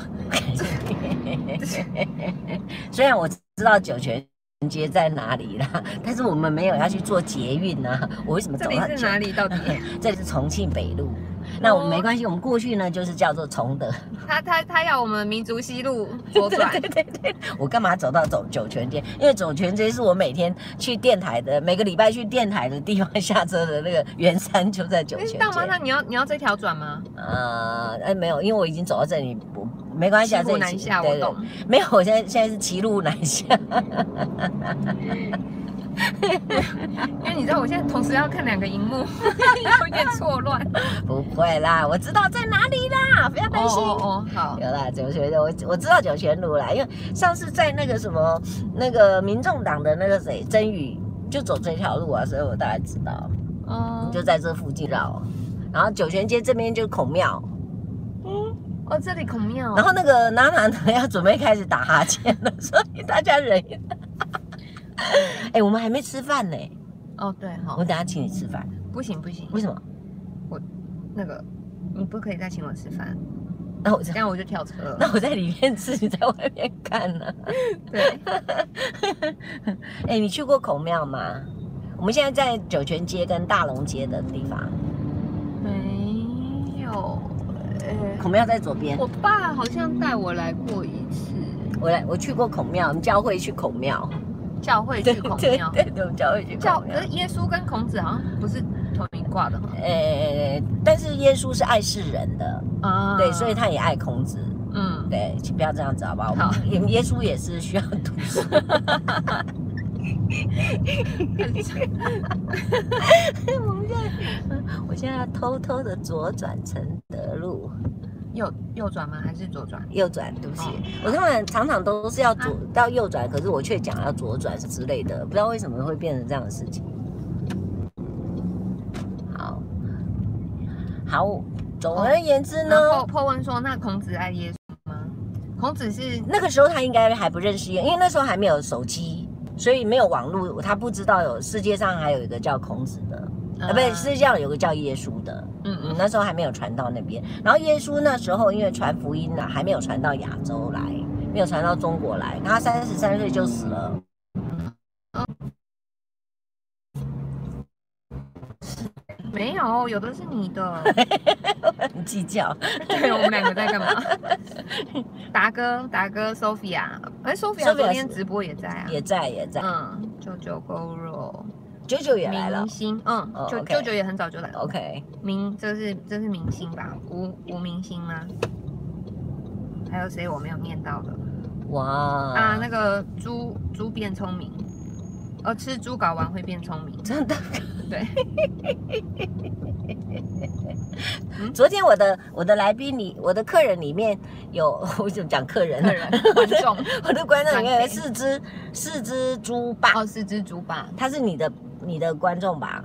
[LAUGHS] 虽然我知道九泉街在哪里啦，但是我们没有要去做捷运呐、我为什么
[LAUGHS] 这
走啊
里
到
是
九
哪？里？哦到底
这里是重庆北路。那我们没关系，我们过去呢就是叫做崇德。
[LAUGHS]
[LAUGHS]
他他他要我们民族西路左转，
我干嘛走到走九泉街？因为九泉街是我每天去电台的，每个礼拜去电台的地方下车的那个圆山就在九
诶
泉
哎大妈，那
街。
你要你要这条转吗？
呃，哎没有，因为我已经走到这里，不没关系
骑
啊，这
虎
里
难
是
下，
对
我
对
懂。
没有，我现在现在是骑路南
[LAUGHS]
下。
因为你知道我现在同时要看两个荧幕， [LAUGHS] 有点错乱。
不会啦，我知道在哪里啦，不要担心。
哦哦，好，
有啦，九泉路，我我知道九泉路啦，因为上次在那个什么那个民众党的那个谁曾宇就走这条路啊，所以我大概知道，
嗯，
就在这附近绕。然后九泉街这边就是孔庙，
哦，这里孔庙
然，后那个娜娜呢要准备开始打哈欠了， [LAUGHS] 所以大家忍一下。 [LAUGHS] 哎、我们还没吃饭呢，
哦，对，好
我，等下请你吃饭，
不行不行，
为什么？
那个你不可以再请我吃饭，
那我
这
在
样我就跳车了。
那我在里面吃，你在外面看呢、
对，
哎、你去过孔庙吗？我们现在在九泉街跟大龙街的地方，
没有，呃，
孔庙在左边
我。爸好像带我来过一次
我来，我去过孔庙，我们教会去孔庙，
教会去孔
对
庙，
[LAUGHS] 对对，我们教会去
教
孔庙
可是。耶稣跟孔子好像不是同一个卦的哈
呃，但是耶稣是爱世人的，
啊
对，所以他也爱孔子。 [LAUGHS]
嗯，
对，请不要这样子好不好？
好
我们耶稣也是需要读 [LAUGHS] 书。我们现在，我现在要偷偷的左转承德路，
右右转吗？还是左转？
右转，对不起
哦，
我通常常常都是要左
啊
到右转，可是我却讲要左转之类的，不知道为什么会变成这样的事情。好，好，总而言之呢。
哦然后破问说，那孔子爱耶稣吗？孔子是
那个时候他应该还不认识耶，因为那时候还没有手机，所以没有网络，他不知道有世界上还有一个叫孔子的，啊、不是世界上有个叫耶稣的。
呃嗯
嗯，那时候还没有传到那边。然后耶稣那时候因为传福音呢、还没有传到亚洲来，没有传到中国来。他三十三岁就死了。 [LAUGHS]
没有，有的是你的。
[LAUGHS] 很计较，
对，我们两个在干嘛？达哥，达哥，Sophia，哎，Sophia
Sophia
昨天
是
直播也在啊。
也在也在，
嗯，九九 Go Roll，
九九也来了
明。星，嗯
哦，
九
OK
九九也很早就来了。
OK，
明，这是这是明星吧？无无明星吗？还有谁我没有念到的
嗯哇
啊？那个猪猪变聪明，哦，吃猪睾丸会变聪明。
真的。
对，
[LAUGHS] 昨天我的我的来宾里，我的客人里面有， [LAUGHS] 我怎么讲客人？
个人观众，
[LAUGHS] 我的观众里面有
三 K
四只四只猪爸，
哦，是只猪吧？
他是你的你的观众吧？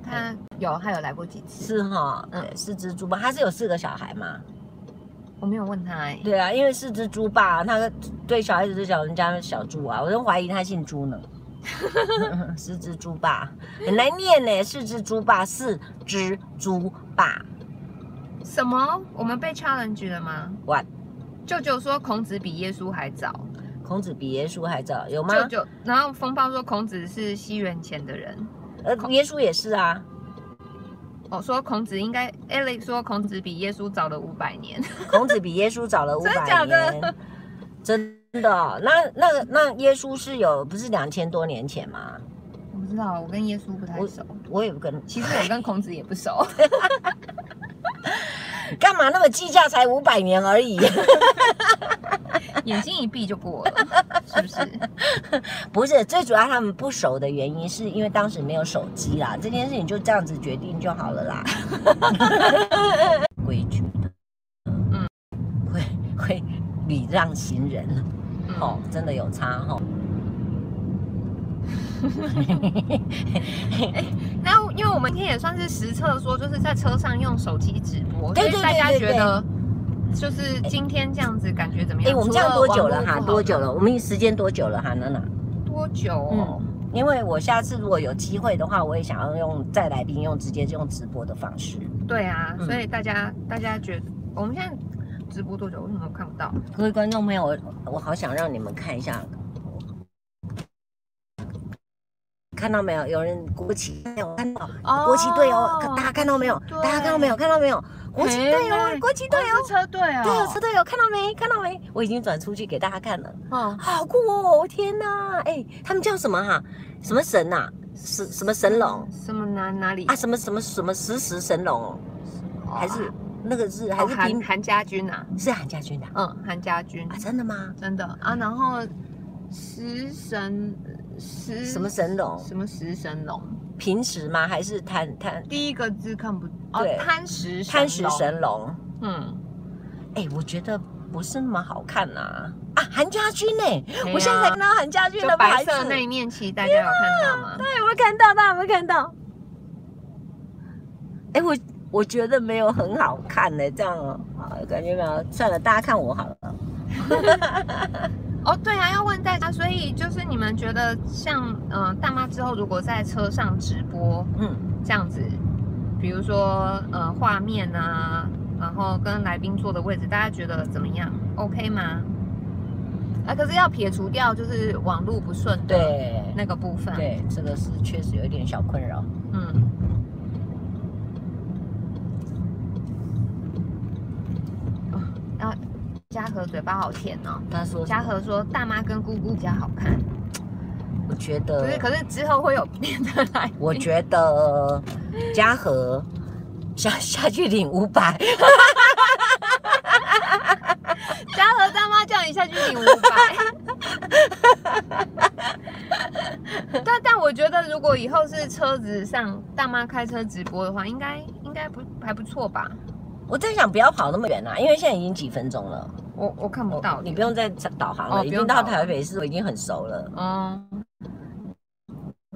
他有，他有来过几次？
是哈，
嗯
对，四只猪爸，他是有四个小孩嘛？
我没有问他哎。
对啊，因为四只猪爸，他对小孩子对小人家小猪啊，我都怀疑他姓朱
[LAUGHS]
呢。四只猪爸很难念呢，四只猪爸，四只猪爸
什么？我们被 challenge 了吗？
哇，
舅舅说孔子比耶稣还早。
孔子比耶稣还早，有吗？
舅舅，然后风暴说孔子是西元前的人。
呃，耶稣也是啊，
我、说孔子应该，Alex 说孔子比耶稣早了五百年。
孔子比耶稣早了五
真的假
百
的
年，真的哦、那那那耶稣是有不是两千多年前吗？
我不知道，我跟耶稣不太熟。
我也不跟，
其实我跟孔子也不熟，
[LAUGHS] 干嘛那么计较？才五百年而已，
眼睛一闭就过 [LAUGHS] 了，是不是？
不是最主要他们不熟的原因，是因为当时没有手机啦，这件事情就这样子决定就好了
[LAUGHS]
啦。规矩的，嗯
嗯，
会会礼让行人
嗯、
哦，真的有差
[LAUGHS]
哦。
那因为我们今天也算是实测说，就是在车上用手机直播，
对对
所以大家
对对
觉得就是今天这样子感觉怎么
哎、
样？
我们这样多久了
除网
哈？
络不好
多久了？我们时间多久了哈？娜娜。
多久、哦？
嗯，因为我下次如果有机会的话，我也想要用再来宾用直接用直播的方式，
对啊，
嗯
所以大家大家觉得我们现在直播多久？为什么我看不到？
各位观众朋友，我我好想让你们看一下，看到没有？有人国旗，我看到
哦
国旗队哦，大家看到没有？
对
大家看到没有？看到没有？国旗队哦，
嘿
国旗队
哦
哦
是。车队哦，
对哦，车队有看到没？看到没？我已经转出去给大家看了，
哦，
好酷哦！天哪，哎，他们叫什么哈、什么神呐、什什么神龙
什么哪哪里
啊？什么什么什么食石神龙哦？
哦
还是那个是
哦
还是
韩
平
韩家军啊？
是韩家军的啊
嗯，韩家军
啊？真的吗？
真的啊，然后食神食
什么神龙？
什么食神龙，
平时吗？还是贪贪
第一个字看不哦
对，
贪食
贪食
龙，
神龙？
嗯，
哎、我觉得不是那么好看呐、啊。韩家军呢、
对啊
我现在才看到韩家军
就
的
白
牌子，
色那一面旗，大家有看到吗？
有没有看到？大家有没有看到？哎、我我觉得没有很好看呢、这样哦，啊，感觉没有。算了，大家看我好了。
哦，对啊，要问大家，所以就是你们觉得像嗯、呃大妈之后，如果在车上直播
嗯，
这样子，比如说呃画面啊，然后跟来宾坐的位置，大家觉得怎么样？OK 吗？啊，可是要撇除掉就是网络不顺的
对，
那个部分，，
对，这个是确实有一点小困扰。
嗯。哦然后嘉禾嘴巴好甜哦。
他说什么
嘉禾说：“大妈跟姑姑比较好看。”
我觉
可是
得，
可是之后会有别的来宾，
我觉得嘉禾下下去领五百，
嘉禾大妈叫你下去领五百。
[LAUGHS]
但但我觉得，如果以后是车子上大妈开车直播的话，应该应该不还不错吧？
我在想不要跑那么远啦、因为现在已经几分钟了，
我我看不
我
到
你不用再导航
哦
了，
不
已
用
经到
导航
台北市，我已经很熟了。
哦，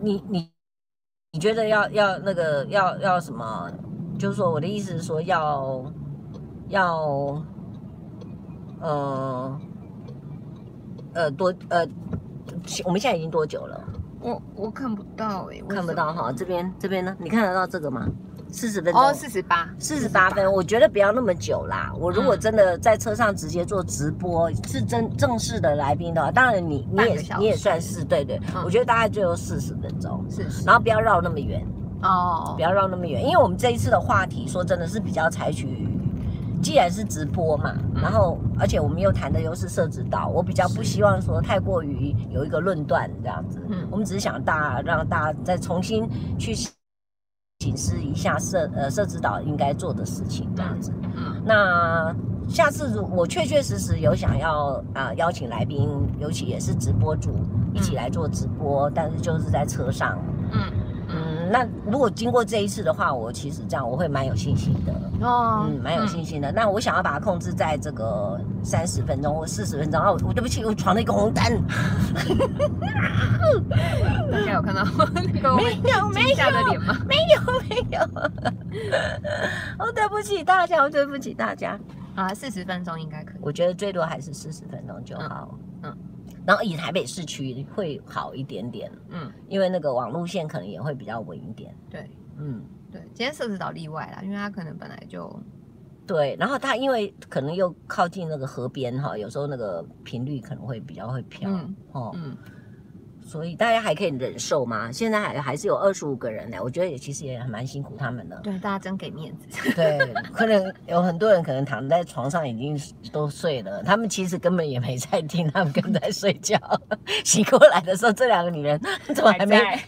你你你觉得要要那个要要什么？就是说我的意思是说要要呃呃多呃，我们现在已经多久了？
我我看不到哎、欸，为
看不
什
到
么
哈，这边这边呢？你看得到这个吗？四十分钟。
哦，四十八，
四十八分，我觉得不要那么久啦。我如果
嗯
真的在车上直接做直播，是真正式的来宾的话，当然你你
半个
也
小时
你也算是对对，
嗯
我觉得大概最后四十分钟，
四十
然后不要绕那么远，
哦
不，要绕那么远，因为我们这一次的话题说真的是比较采取，既然是直播嘛，
嗯
然后而且我们又谈的又是社指导，我比较不希望说太过于有一个论断这样子，
嗯
我们只是想大家让大家再重新去请示一下社呃社指导应该做的事情这样子。
嗯
那下次如我确确实实有想要啊、呃邀请来宾，尤其也是直播主一起来做直播，但是就是在车上。
嗯
嗯，那如果经过这一次的话，我其实这样我会蛮有信心的，
哦，
嗯，蛮有信心的。那我想要把它控制在这个三十分钟或四十分钟啊，我我对不起，我闯了一个红灯，
嗯，大家有看到那个
哦没有 [LAUGHS] 没
惊吓的脸吗？
有， [LAUGHS] 哦，对不起大家，我对不起大家。
啊，四十分钟应该可以。
我觉得最多还是四十分钟就好。
嗯
嗯，然后以台北市区会好一点点，
嗯，
因为那个网路线可能也会比较稳一点。
对
嗯，
对，今天社子岛例外啦，因为他可能本来就
对。然后它因为可能又靠近那个河边哈，有时候那个频率可能会比较会飘、
嗯
哦，
嗯。
所以大家还可以忍受嘛。现在还还是有二十五个人呢，我觉得也其实也还蛮辛苦他们的
对，大家真给面子。
对，可能有很多人可能躺在床上已经都睡了，他们其实根本也没在听，他们根本在睡觉。 [LAUGHS] 醒过来的时候，这两个女人怎么还没？
[LAUGHS] 还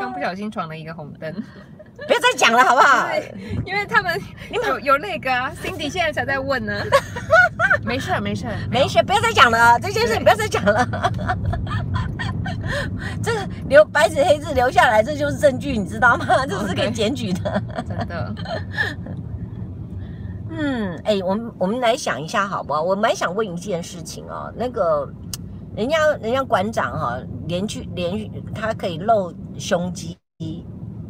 刚不小心闯了一个红灯，
啊不要再讲了，好不好？
[LAUGHS] 因为他们有有那个啊，Cindy 现在才在问呢。 [LAUGHS] 没事儿没事儿，
没事，不要再讲了，这件事
对
不要再讲了。 [LAUGHS] 这个留白纸黑字留下来，这就是证据，你知道吗？这是可以
OK
检举的。
真的。
嗯，哎、我们我们来想一下好不好？我蛮想问一件事情哦，那个人家人家馆长哈、连去连他可以露胸肌、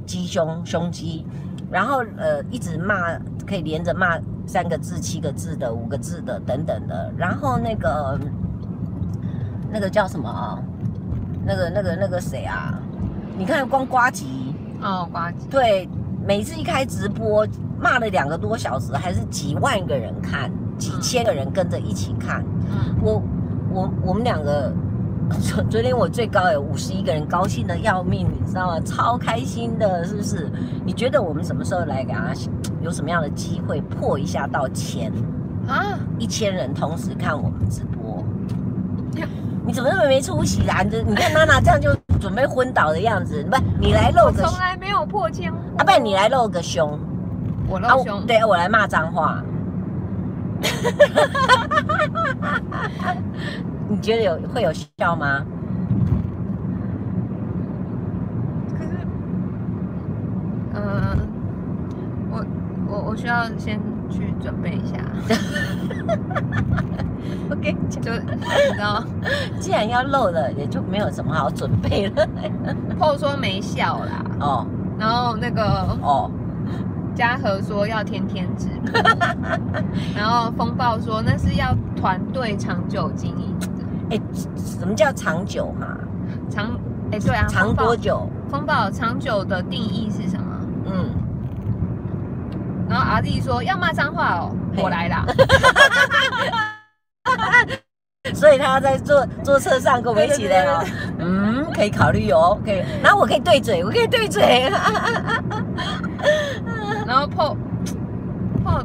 鸡胸、胸肌，然后呃一直骂，可以连着骂三个字、七个字的、五个字的等等的，然后那个那个叫什么啊、那个那个那个谁啊？你看光瓜吉。
哦，瓜子。
对，每次一开直播，骂了两个多小时，还是几万个人看，几千个人跟着一起看。
嗯
我我我们两个， [LAUGHS] 昨昨天我最高有五十一个人，高兴的要命，你知道吗？超开心的，是不是？你觉得我们什么时候来给他有什么样的机会破一下到千
啊，
一千人同时看我们直播？你怎么那么没出息啊？你这你看娜娜这样就准备昏倒的样子，不，你来露
我
个
从来没有破千。
阿不然你来露个胸。
我
啊
露
我
胸。
对，我来骂脏话。 [LAUGHS] 你觉得有会有效吗？
可是，嗯，我我我需要先去准备 [LAUGHS] 一下，
我跟你讲，
就你知道，
既然要露了，也就没有什么好准备了。
后说没笑啦，
哦
然后那个
哦，
嘉禾说要天天直播，然后风暴说那是要团队长久经营的，
哎，什么叫长久嘛？
啊长哎对啊，
长
风暴
多久？
风暴长久的定义是什么？
嗯，
然后阿弟说要骂脏话哦，
嘿
我
[LAUGHS]
来啦，
所以他要在坐坐车上跟我们一起的哦
对。
嗯，可以考虑哦，可以。然后我可以对嘴，我可以对嘴。 [LAUGHS]
然后破破。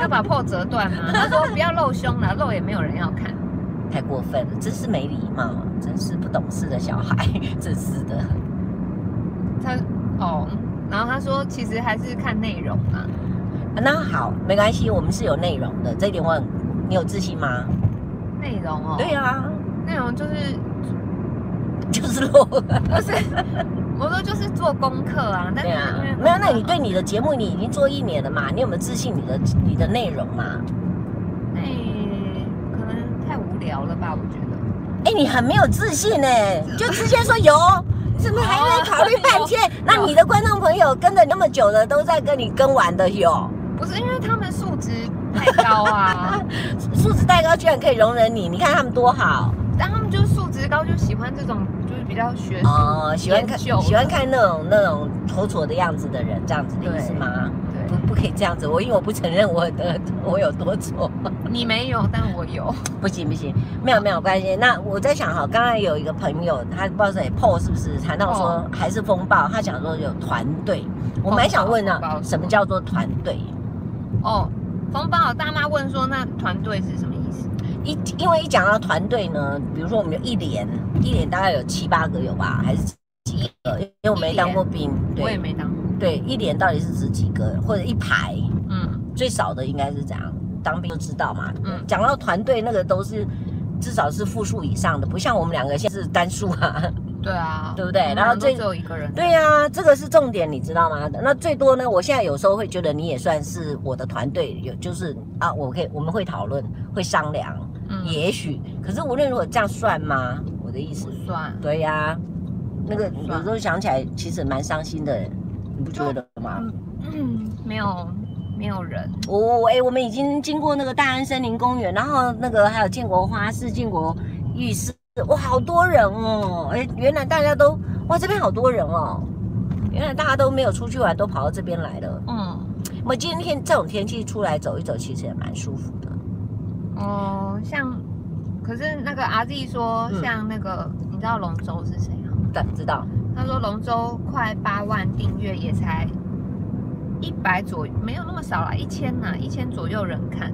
要把破折断吗？他说不要露胸啦，露也没有人要看。
太过分了，真是没礼貌，真是不懂事的小孩， [LAUGHS] 真是的。
他哦，然后他说其实还是看内容嘛。
啊那好，没关系，我们是有内容的，这一点我很，你有自信吗？
内容哦，
对，啊， [LAUGHS]
内容就是
就是漏。
不是，我说就是做功课啊，但
对
是
啊
因为，嗯
没有，那你对你的节目你已经做一年了嘛？你有没有自信你的你的内容嘛？
哎那可能太无聊了吧？我觉得
哎，你很没有自信 [LAUGHS] 呢、就直接说有，怎么还在考虑半天？那你的观众朋友跟着那么久的都在跟你跟玩的有，
不是因为他们素质太高
[LAUGHS]
啊，
素质蛋糕居然可以容忍你，你看他们多好
但他们就是素质高，就喜欢这种就是比较学术
哦，喜欢看
研究
喜欢看那种那种丑丑的样子的人，这样子的意思吗？不
对，
不可以这样子，我因为我不承认我的我有多
[LAUGHS]
丑。
你没有，但我有。
不行不行，没有没有关系。那我在想哈，刚才有一个朋友，他不知道谁 PO 是不是谈到说
哦
还是风暴，他想说有团队，我蛮想问
哦风暴
呢，什么叫做团队？
哦，风暴大妈问说，那团队是什么意思？
一因为一讲到团队呢，比如说我们有一连，一连大概有七八个有吧，还是几个？因为我没当过兵，
我也
对
没当过。
对，一连到底是指几个或者一排？
嗯，
最少的应该是这样，当兵就知道嘛。
嗯
讲到团队那个都是至少是复数以上的，不像我们两个现在是单数啊。 [LAUGHS]
对啊，
对不对
我们
然后
都
最
只有一个人。
对呀、这个是重点，你知道吗？那最多呢，我现在有时候会觉得你也算是我的团队，有就是啊，我可以我们会讨论，会商量，
嗯，
也许，可是无论如何这样算吗？我的意思
不，算。
对呀、那个
不算
有时候想起来其实蛮伤心的，你不觉得吗？
嗯，没有，没有人。
我我哎、我们已经经过那个大安森林公园，然后那个还有建国花市、建国浴室，哇，好多人哦！哎、原来大家都哇，这边好多人哦，原来大家都没有出去玩，都跑到这边来了。
嗯，
我们今天这种天气出来走一走，其实也蛮舒服的。
哦，像，可是那个阿 Z 说，
嗯
像那个，你知道龙舟是谁吗？
但知道
他说龙舟快八万订阅，也才一百左右，没有那么少啦，一千呐，一千左右人看。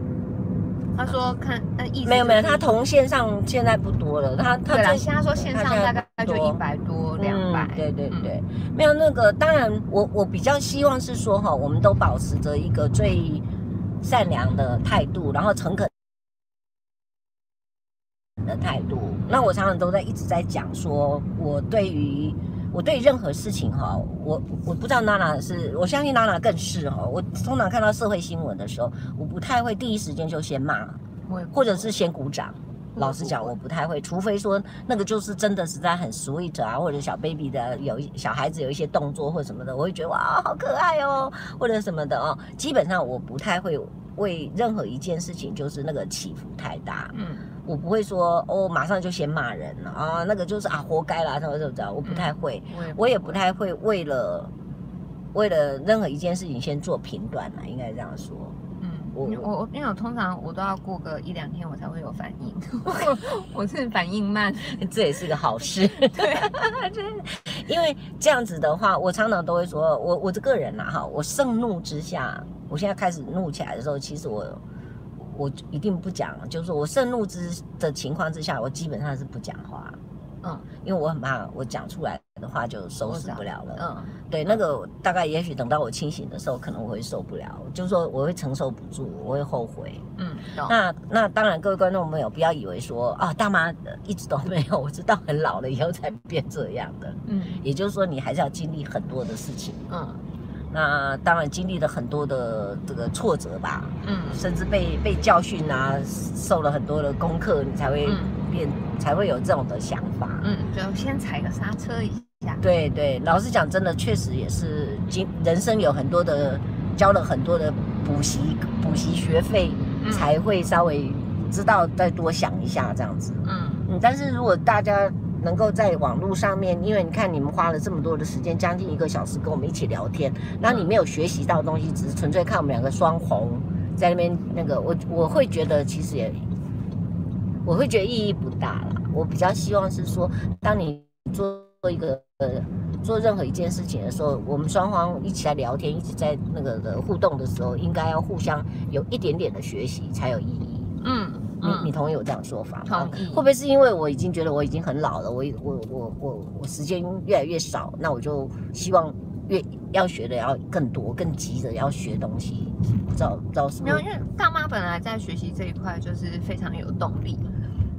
他说看，那意思
啊没有没有，
就
他
是
同线上现在不多了，他他
对啦，
最
现在说线上
他现在
大概就
多
一百多、两
嗯
百、
对对
嗯，
对，没有那个，当然我我比较希望是说哈，我们都保持着一个最善良的态度，然后诚恳的态度。那我常常都在一直在讲说，我对于我对任何事情哈，我我不知道娜娜是，我相信娜娜更是哈。我通常看到社会新闻的时候，我不太会第一时间就先骂，
嗯我也不
或者是先鼓掌。老实讲，嗯
我
我不太会，除非说那个就是真的实在很 sweet 啊，或者小 baby 的有一小孩子有一些动作或什么的，我会觉得哇好可爱哦，或者什么的哦。基本上我不太会为任何一件事情就是那个起伏太大，
嗯
我不会说哦马上就先骂人了啊，那个就是啊活该啦，什么什么的，我不太会，
我也
我也不太会为了为了任何一件事情先做评断啦，应该这样说。 [LAUGHS]
嗯，
我
我我因为我通常我都要过个一两天我才会有反
[LAUGHS]
应，我是反应慢，
这也是个好事。对，因为这样子的话，我常常都会说，我我这个人啦、哈，我盛怒之下，我现在开始怒起来的时候，其实我我一定不讲，就是说我盛怒之的情况之下，我基本上是不讲话，
嗯
因为我很怕我讲出来的话就收
我
拾
知道
不了了。
嗯
对，那个大概也许等到我清醒的时候，可能我会受不了，就是说我会承受不住，我会后悔。
嗯，懂。
那那当然，各位观众朋友，不要以为说啊，大妈呃一直都没有，我知道很老了以后才变这样的。
嗯
也就是说，你还是要经历很多的事情。
嗯
那当然经历了很多的这个挫折吧，
嗯
甚至被被教训啊，受了很多的功课，你才会
嗯
变，才会有这种的想法。
嗯，就先踩个刹车一下。
对对，老实讲，真的确实也是经人生有很多的交了很多的补习补习学费，
嗯
才会稍微知道再多想一下这样子。
嗯
嗯，但是如果大家能够在网络上面，因为你看你们花了这么多的时间，将近一个小时跟我们一起聊天，那你没有学习到东西，只是纯粹看我们两个双红在那边那个，我我会觉得其实也，我会觉得意义不大啦。我比较希望是说，当你做做一个呃做任何一件事情的时候，我们双方一起来聊天，一起在那个的互动的时候，应该要互相有一点点的学习才有意义。
嗯
你你
嗯，
同意我这样说法吗？
同意
会不会是因为我已经觉得我已经很老了，我我我我我时间越来越少，那我就希望越要学的要更多，更急着要学东西，不知道不知道是不
没
是
有，因为大妈本来在学习这一块就是非常有动力，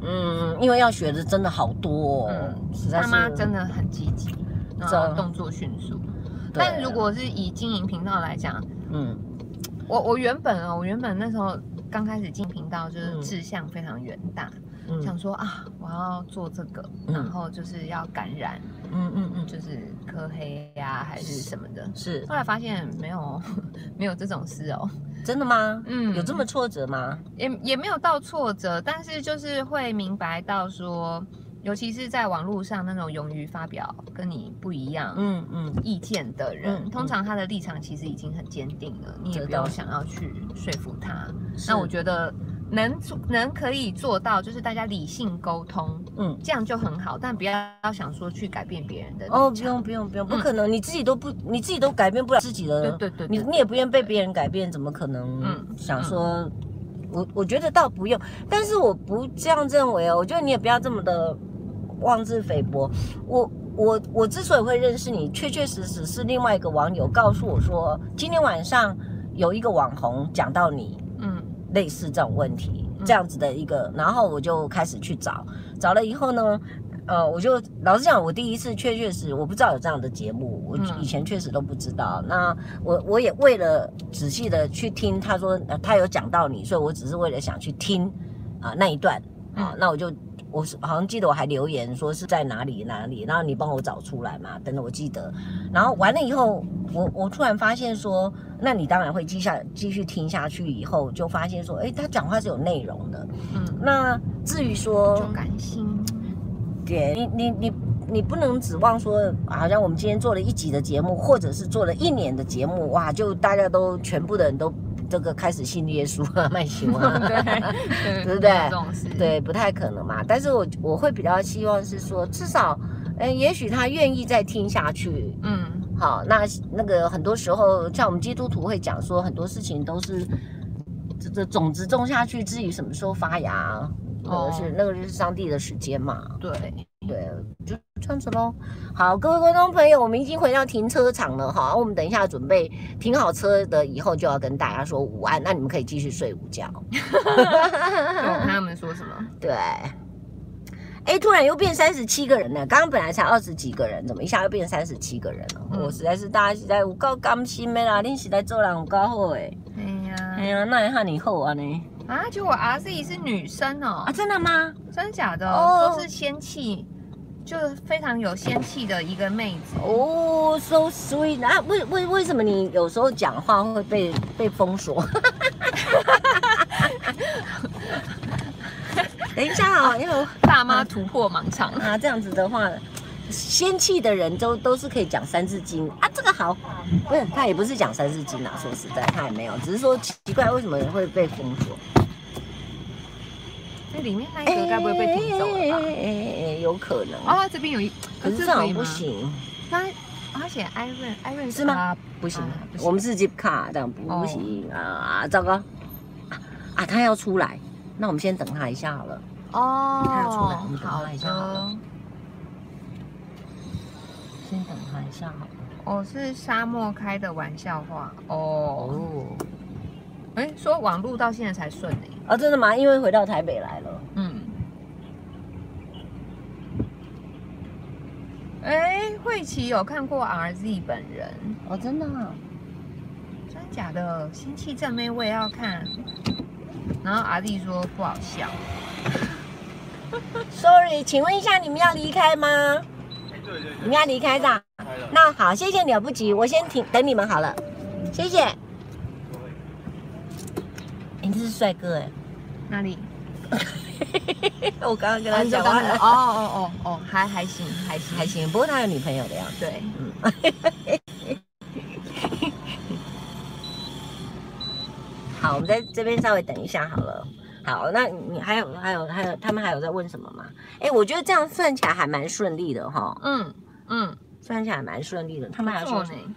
嗯，因为要学的真的好多哦，
嗯
实在
大
是
妈真的很积极，然
知道
后动作迅速。
对
但如果是以经营频道来讲，
嗯
我我原本哦，我原本那时候刚开始进频道就是
嗯
志向非常远大，
嗯
想说啊，我要做这个，
嗯
然后就是要感染，
嗯嗯嗯
就是科黑呀、还是什么的。
是
后来发现没有 [LAUGHS] 没有这种事哦，
真的吗？
嗯，
有这么挫折吗？
也也没有到挫折，但是就是会明白到说，尤其是在网络上那种勇于发表跟你不一样。
嗯嗯，
意见的人，
嗯
通常他的立场其实已经很坚定了，你也
知
不
道
用想要去说服他。
是
那我觉得能做能可以做到，就是大家理性沟通，
嗯。
这样就很好，但不要想说去改变别人的立
哦，
场
不用不用不用，不
嗯
可能，你自己都不，你自己都改变不了自己
对
的
对对，
你
对
你也不愿被别人改变，怎么可能
嗯
想说？我我觉得倒不用，但是我不这样认为哦。我觉得你也不要这么的妄自菲薄。我我我之所以会认识你，确确实实是另外一个网友告诉我说，今天晚上有一个网红讲到你，
嗯
类似这种问题，
嗯
这样子的一个，然后我就开始去找，找了以后呢，呃，我就老实讲，我第一次确确实我不知道有这样的节目，我
嗯
以前确实都不知道。那我我也为了仔细的去听，他说、呃、他有讲到你，所以我只是为了想去听啊、那一段啊、
嗯
那我就。我是好像记得我还留言说是在哪里哪里，然后你帮我找出来嘛，等等我记得，然后完了以后，我我突然发现说，那你当然会继下继续听下去，以后就发现说，诶，他讲话是有内容的。
嗯，
那至于说
就，甘
[LAUGHS]
心，
对你你你你不能指望说，好像我们今天做了一集的节目，或者是做了一年的节目，哇，就大家都全部的人都这个开始信耶稣啊， [LAUGHS] 卖行啊，
对
对不对
没有这种事，
[LAUGHS] 对，不太可能嘛。但是我我会比较希望是说，至少，嗯、也许他愿意再听下去，
嗯
好，那那个很多时候，像我们基督徒会讲说，很多事情都是这这种子种下去，至于什么时候发芽，那
哦
个是、那个就是上帝的时间嘛。
对，
对，就这样子喽。好，各位观众朋友，我们已经回到停车场了哈。我们等一下准备停好车的以后，就要跟大家说午安。那你们可以继续睡午觉。
就 [LAUGHS] 我看他们说什么，
对。哎，突然又变三十七个人了，刚刚本来才二十几个人，怎么一下又变三十七个人了？
嗯
我实在是大家实在有够甘心的啦，恁实在做人有够好诶。
哎
哎
呀，
呀，那也和你好啊呢？
啊，就我 R Z 是女生哦
啊，，真的吗？
真假的，
哦
说是仙气，就是非常有仙气的一个妹子，
哦、s o sweet 啊！为为为什么你有时候讲话会被被封锁？ [LAUGHS] 等一下哦，因为我
大妈突破盲场，
啊，这样子的话，仙气的人都都是可以讲三字经啊。这个好，不是他也不是讲三字经啊，说实在他也没有，只是说奇怪为什么会被封锁。
那里面那一哎个该不会被踢走了吧？
哎哎哎哎有可能。
啊，这边有一，
可是这
可
好
以
像
吗
不，行，
他他写 Iron Iron
是吗？不行，
啊不行
我们是 zip 卡，这样不
哦
行、啊！糟糕，啊啊，他要出来，那我们先等他一下好了。
哦，
他有出来我们等
好
他一下好了
的。
先等他一下好了。
哦，是沙漠开的玩笑话哦。
哦，
哎、说网路到现在才顺呢、
啊，真的吗？因为回到台北来了。
嗯。哎、慧琪有看过 RZ 本人，
哦，真的、啊。
真假的？仙气正妹我也要看。然后 RZ 说不好笑。
Sorry，请问一下，你们要离开吗？
哎对对
你们要离开的啊？
开了。
那好，谢谢了不及，我先停等你们好了，谢谢。哎你、这是帅哥哎、
哪里？
[LAUGHS] 我刚刚跟
啊
他
你
讲
说
话
刚才
了，
哦哦哦哦，还还行还行
还行，不过他有女朋友的样子。
对，
好，我们在这边稍微等一下好了。好，那你还有还有还有，他们还有在问什么吗？哎，我觉得这样算起来还蛮顺利的哈。
嗯，嗯，
算起来蛮顺利的。他们还
不
说
错
什么？
呢。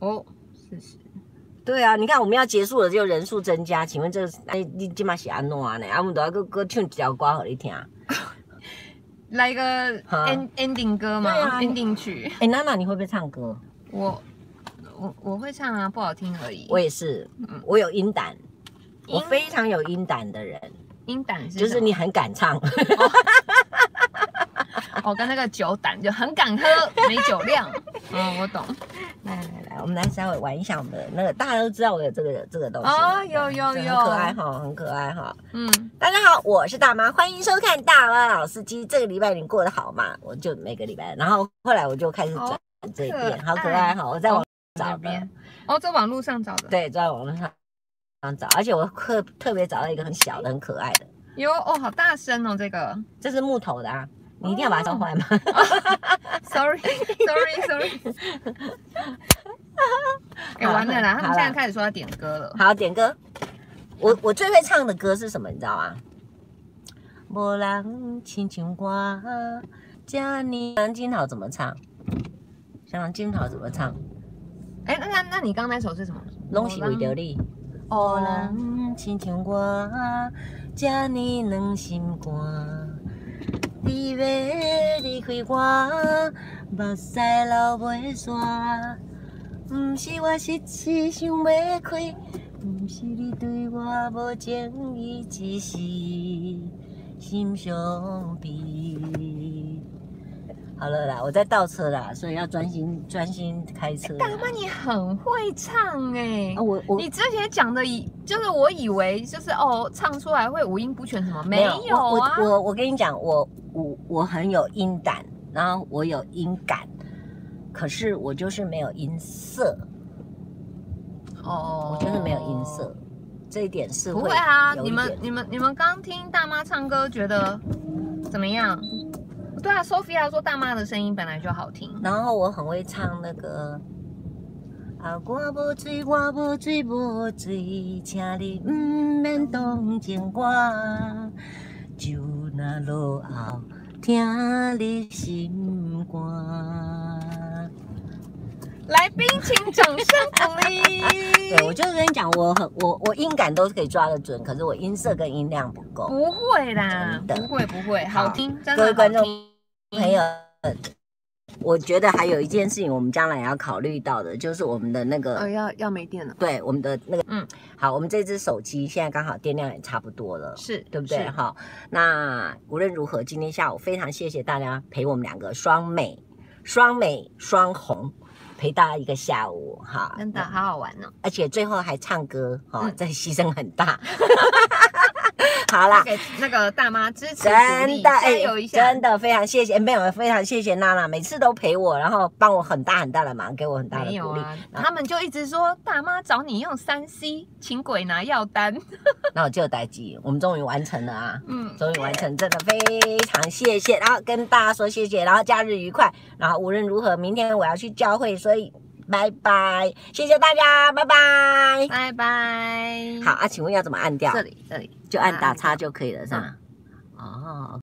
哦，四十，
对啊，你看我们要结束了，就人数增加，请问这哎你今嘛是安怎样呢？啊，我们都要搁搁唱一条歌给你听。啊
来个
好
end ending 歌嘛、
对啊
e n d i n g 曲。
哎，娜娜，你会不会唱歌？
嗯我我我会唱啊，不好听而已。
我也是
嗯，
我有音胆，
音
我非常有音胆的人，
音胆是
就是
什么
你，很敢
[LAUGHS]
唱。
我、哦跟那个酒胆就很敢喝，没酒
[LAUGHS]
量。嗯，我懂。
来来来，我们来稍微玩一下我们的那个，大家都知道我有这个这个东西
哦
嘛
有有
这
有
很可爱哈，很可爱哈。
嗯，
大家好，我是大妈，欢迎收看《大妈老司机》。这个礼拜你过得好吗？我就每个礼拜，然后后来我就开始转
哦
这一
可爱
边，好可爱哈！我在网
这
找的
边，哦，在网络上找的。，
对，在网络上上找，而且我特特别找到一个很小的、很可爱的，
哟哦，好大声哦，
[LAUGHS]
这个。
这是木头的啊，你一定要把它烧坏吗？ [LAUGHS]
Sorry，Sorry，Sorry。哎，完了啦！他们现在开始说要点歌了。
好，点歌。我我最会唱的歌是什么？你知道吗？无人亲像我，这你梁金好怎么唱？梁金好怎么唱？
哎，那那那你刚刚那首是什么？
拢是为着你。无
哦，
人亲像我，这呢软心肝。你要离开我，目屎流袂煞。毋是我失志想要开，毋是你对我无情意，只是心伤悲。好了啦，我在倒车啦，所以要专心专心开车啦。
大妈你很会唱哎
啊，。我我
你之前讲的以就是我以为就是哦，唱出来会五音不全什么？没有啊
我，我我我跟你讲，我我我很有音感，然后我有音感，可是我就是没有音色，
哦
我就是没有音色，这一点是
不
会
会啊，
有一
你们
点
你们你们刚听大妈唱歌，觉得怎么样？对啊，Sophia 说大妈的声音本来就好听。
然后我很会唱那个。啊！我无醉，我无醉，无醉，请你毋免同情我，就那落后疼你心肝。
来宾，请掌声鼓
[LAUGHS]
励。
对，我就跟你讲，我很我我音感都是可以抓得准，可是我音色跟音量不够。
不会啦，
真的
不会不会，
好
好听，真
各位
的好
观众
听。
朋友，我觉得还有一件事情，我们将来也要考虑到的，就是我们的那个，
呃，要要没电了，
对，我们的那个，
嗯，
好，我们这只手机现在刚好电量也差不多了。
是
对不对？
是
哈，那无论如何，今天下午非常谢谢大家陪我们两个双美、双美、双红，陪大家一个下午哈。
真的好好玩哦。
而且最后还唱歌，哈、
嗯
这牺牲很
[LAUGHS]
大。好啦，
给那个大妈支持鼓
真
励，
的
加
哎、
油一下
真。的非常谢谢，哎没有非常谢谢娜娜，每次都陪我，然后帮我很大很大的忙，给我很哎大的
没有
鼓励。嗯
啊，
然后
他们就一直说大妈找你用三 C，请鬼拿药单。
那我就有待机，我们终于完成了啊！
嗯，
终于完成，真的非常谢谢，然后跟大家说谢谢，然后假日愉快，然后无论如何，明天我要去教会，所以拜拜，谢谢大家，拜拜。
拜拜。
好，啊，请问要怎么按掉？
这里这里嗯
就按打
叉。
叉就可以了，是吗？哦，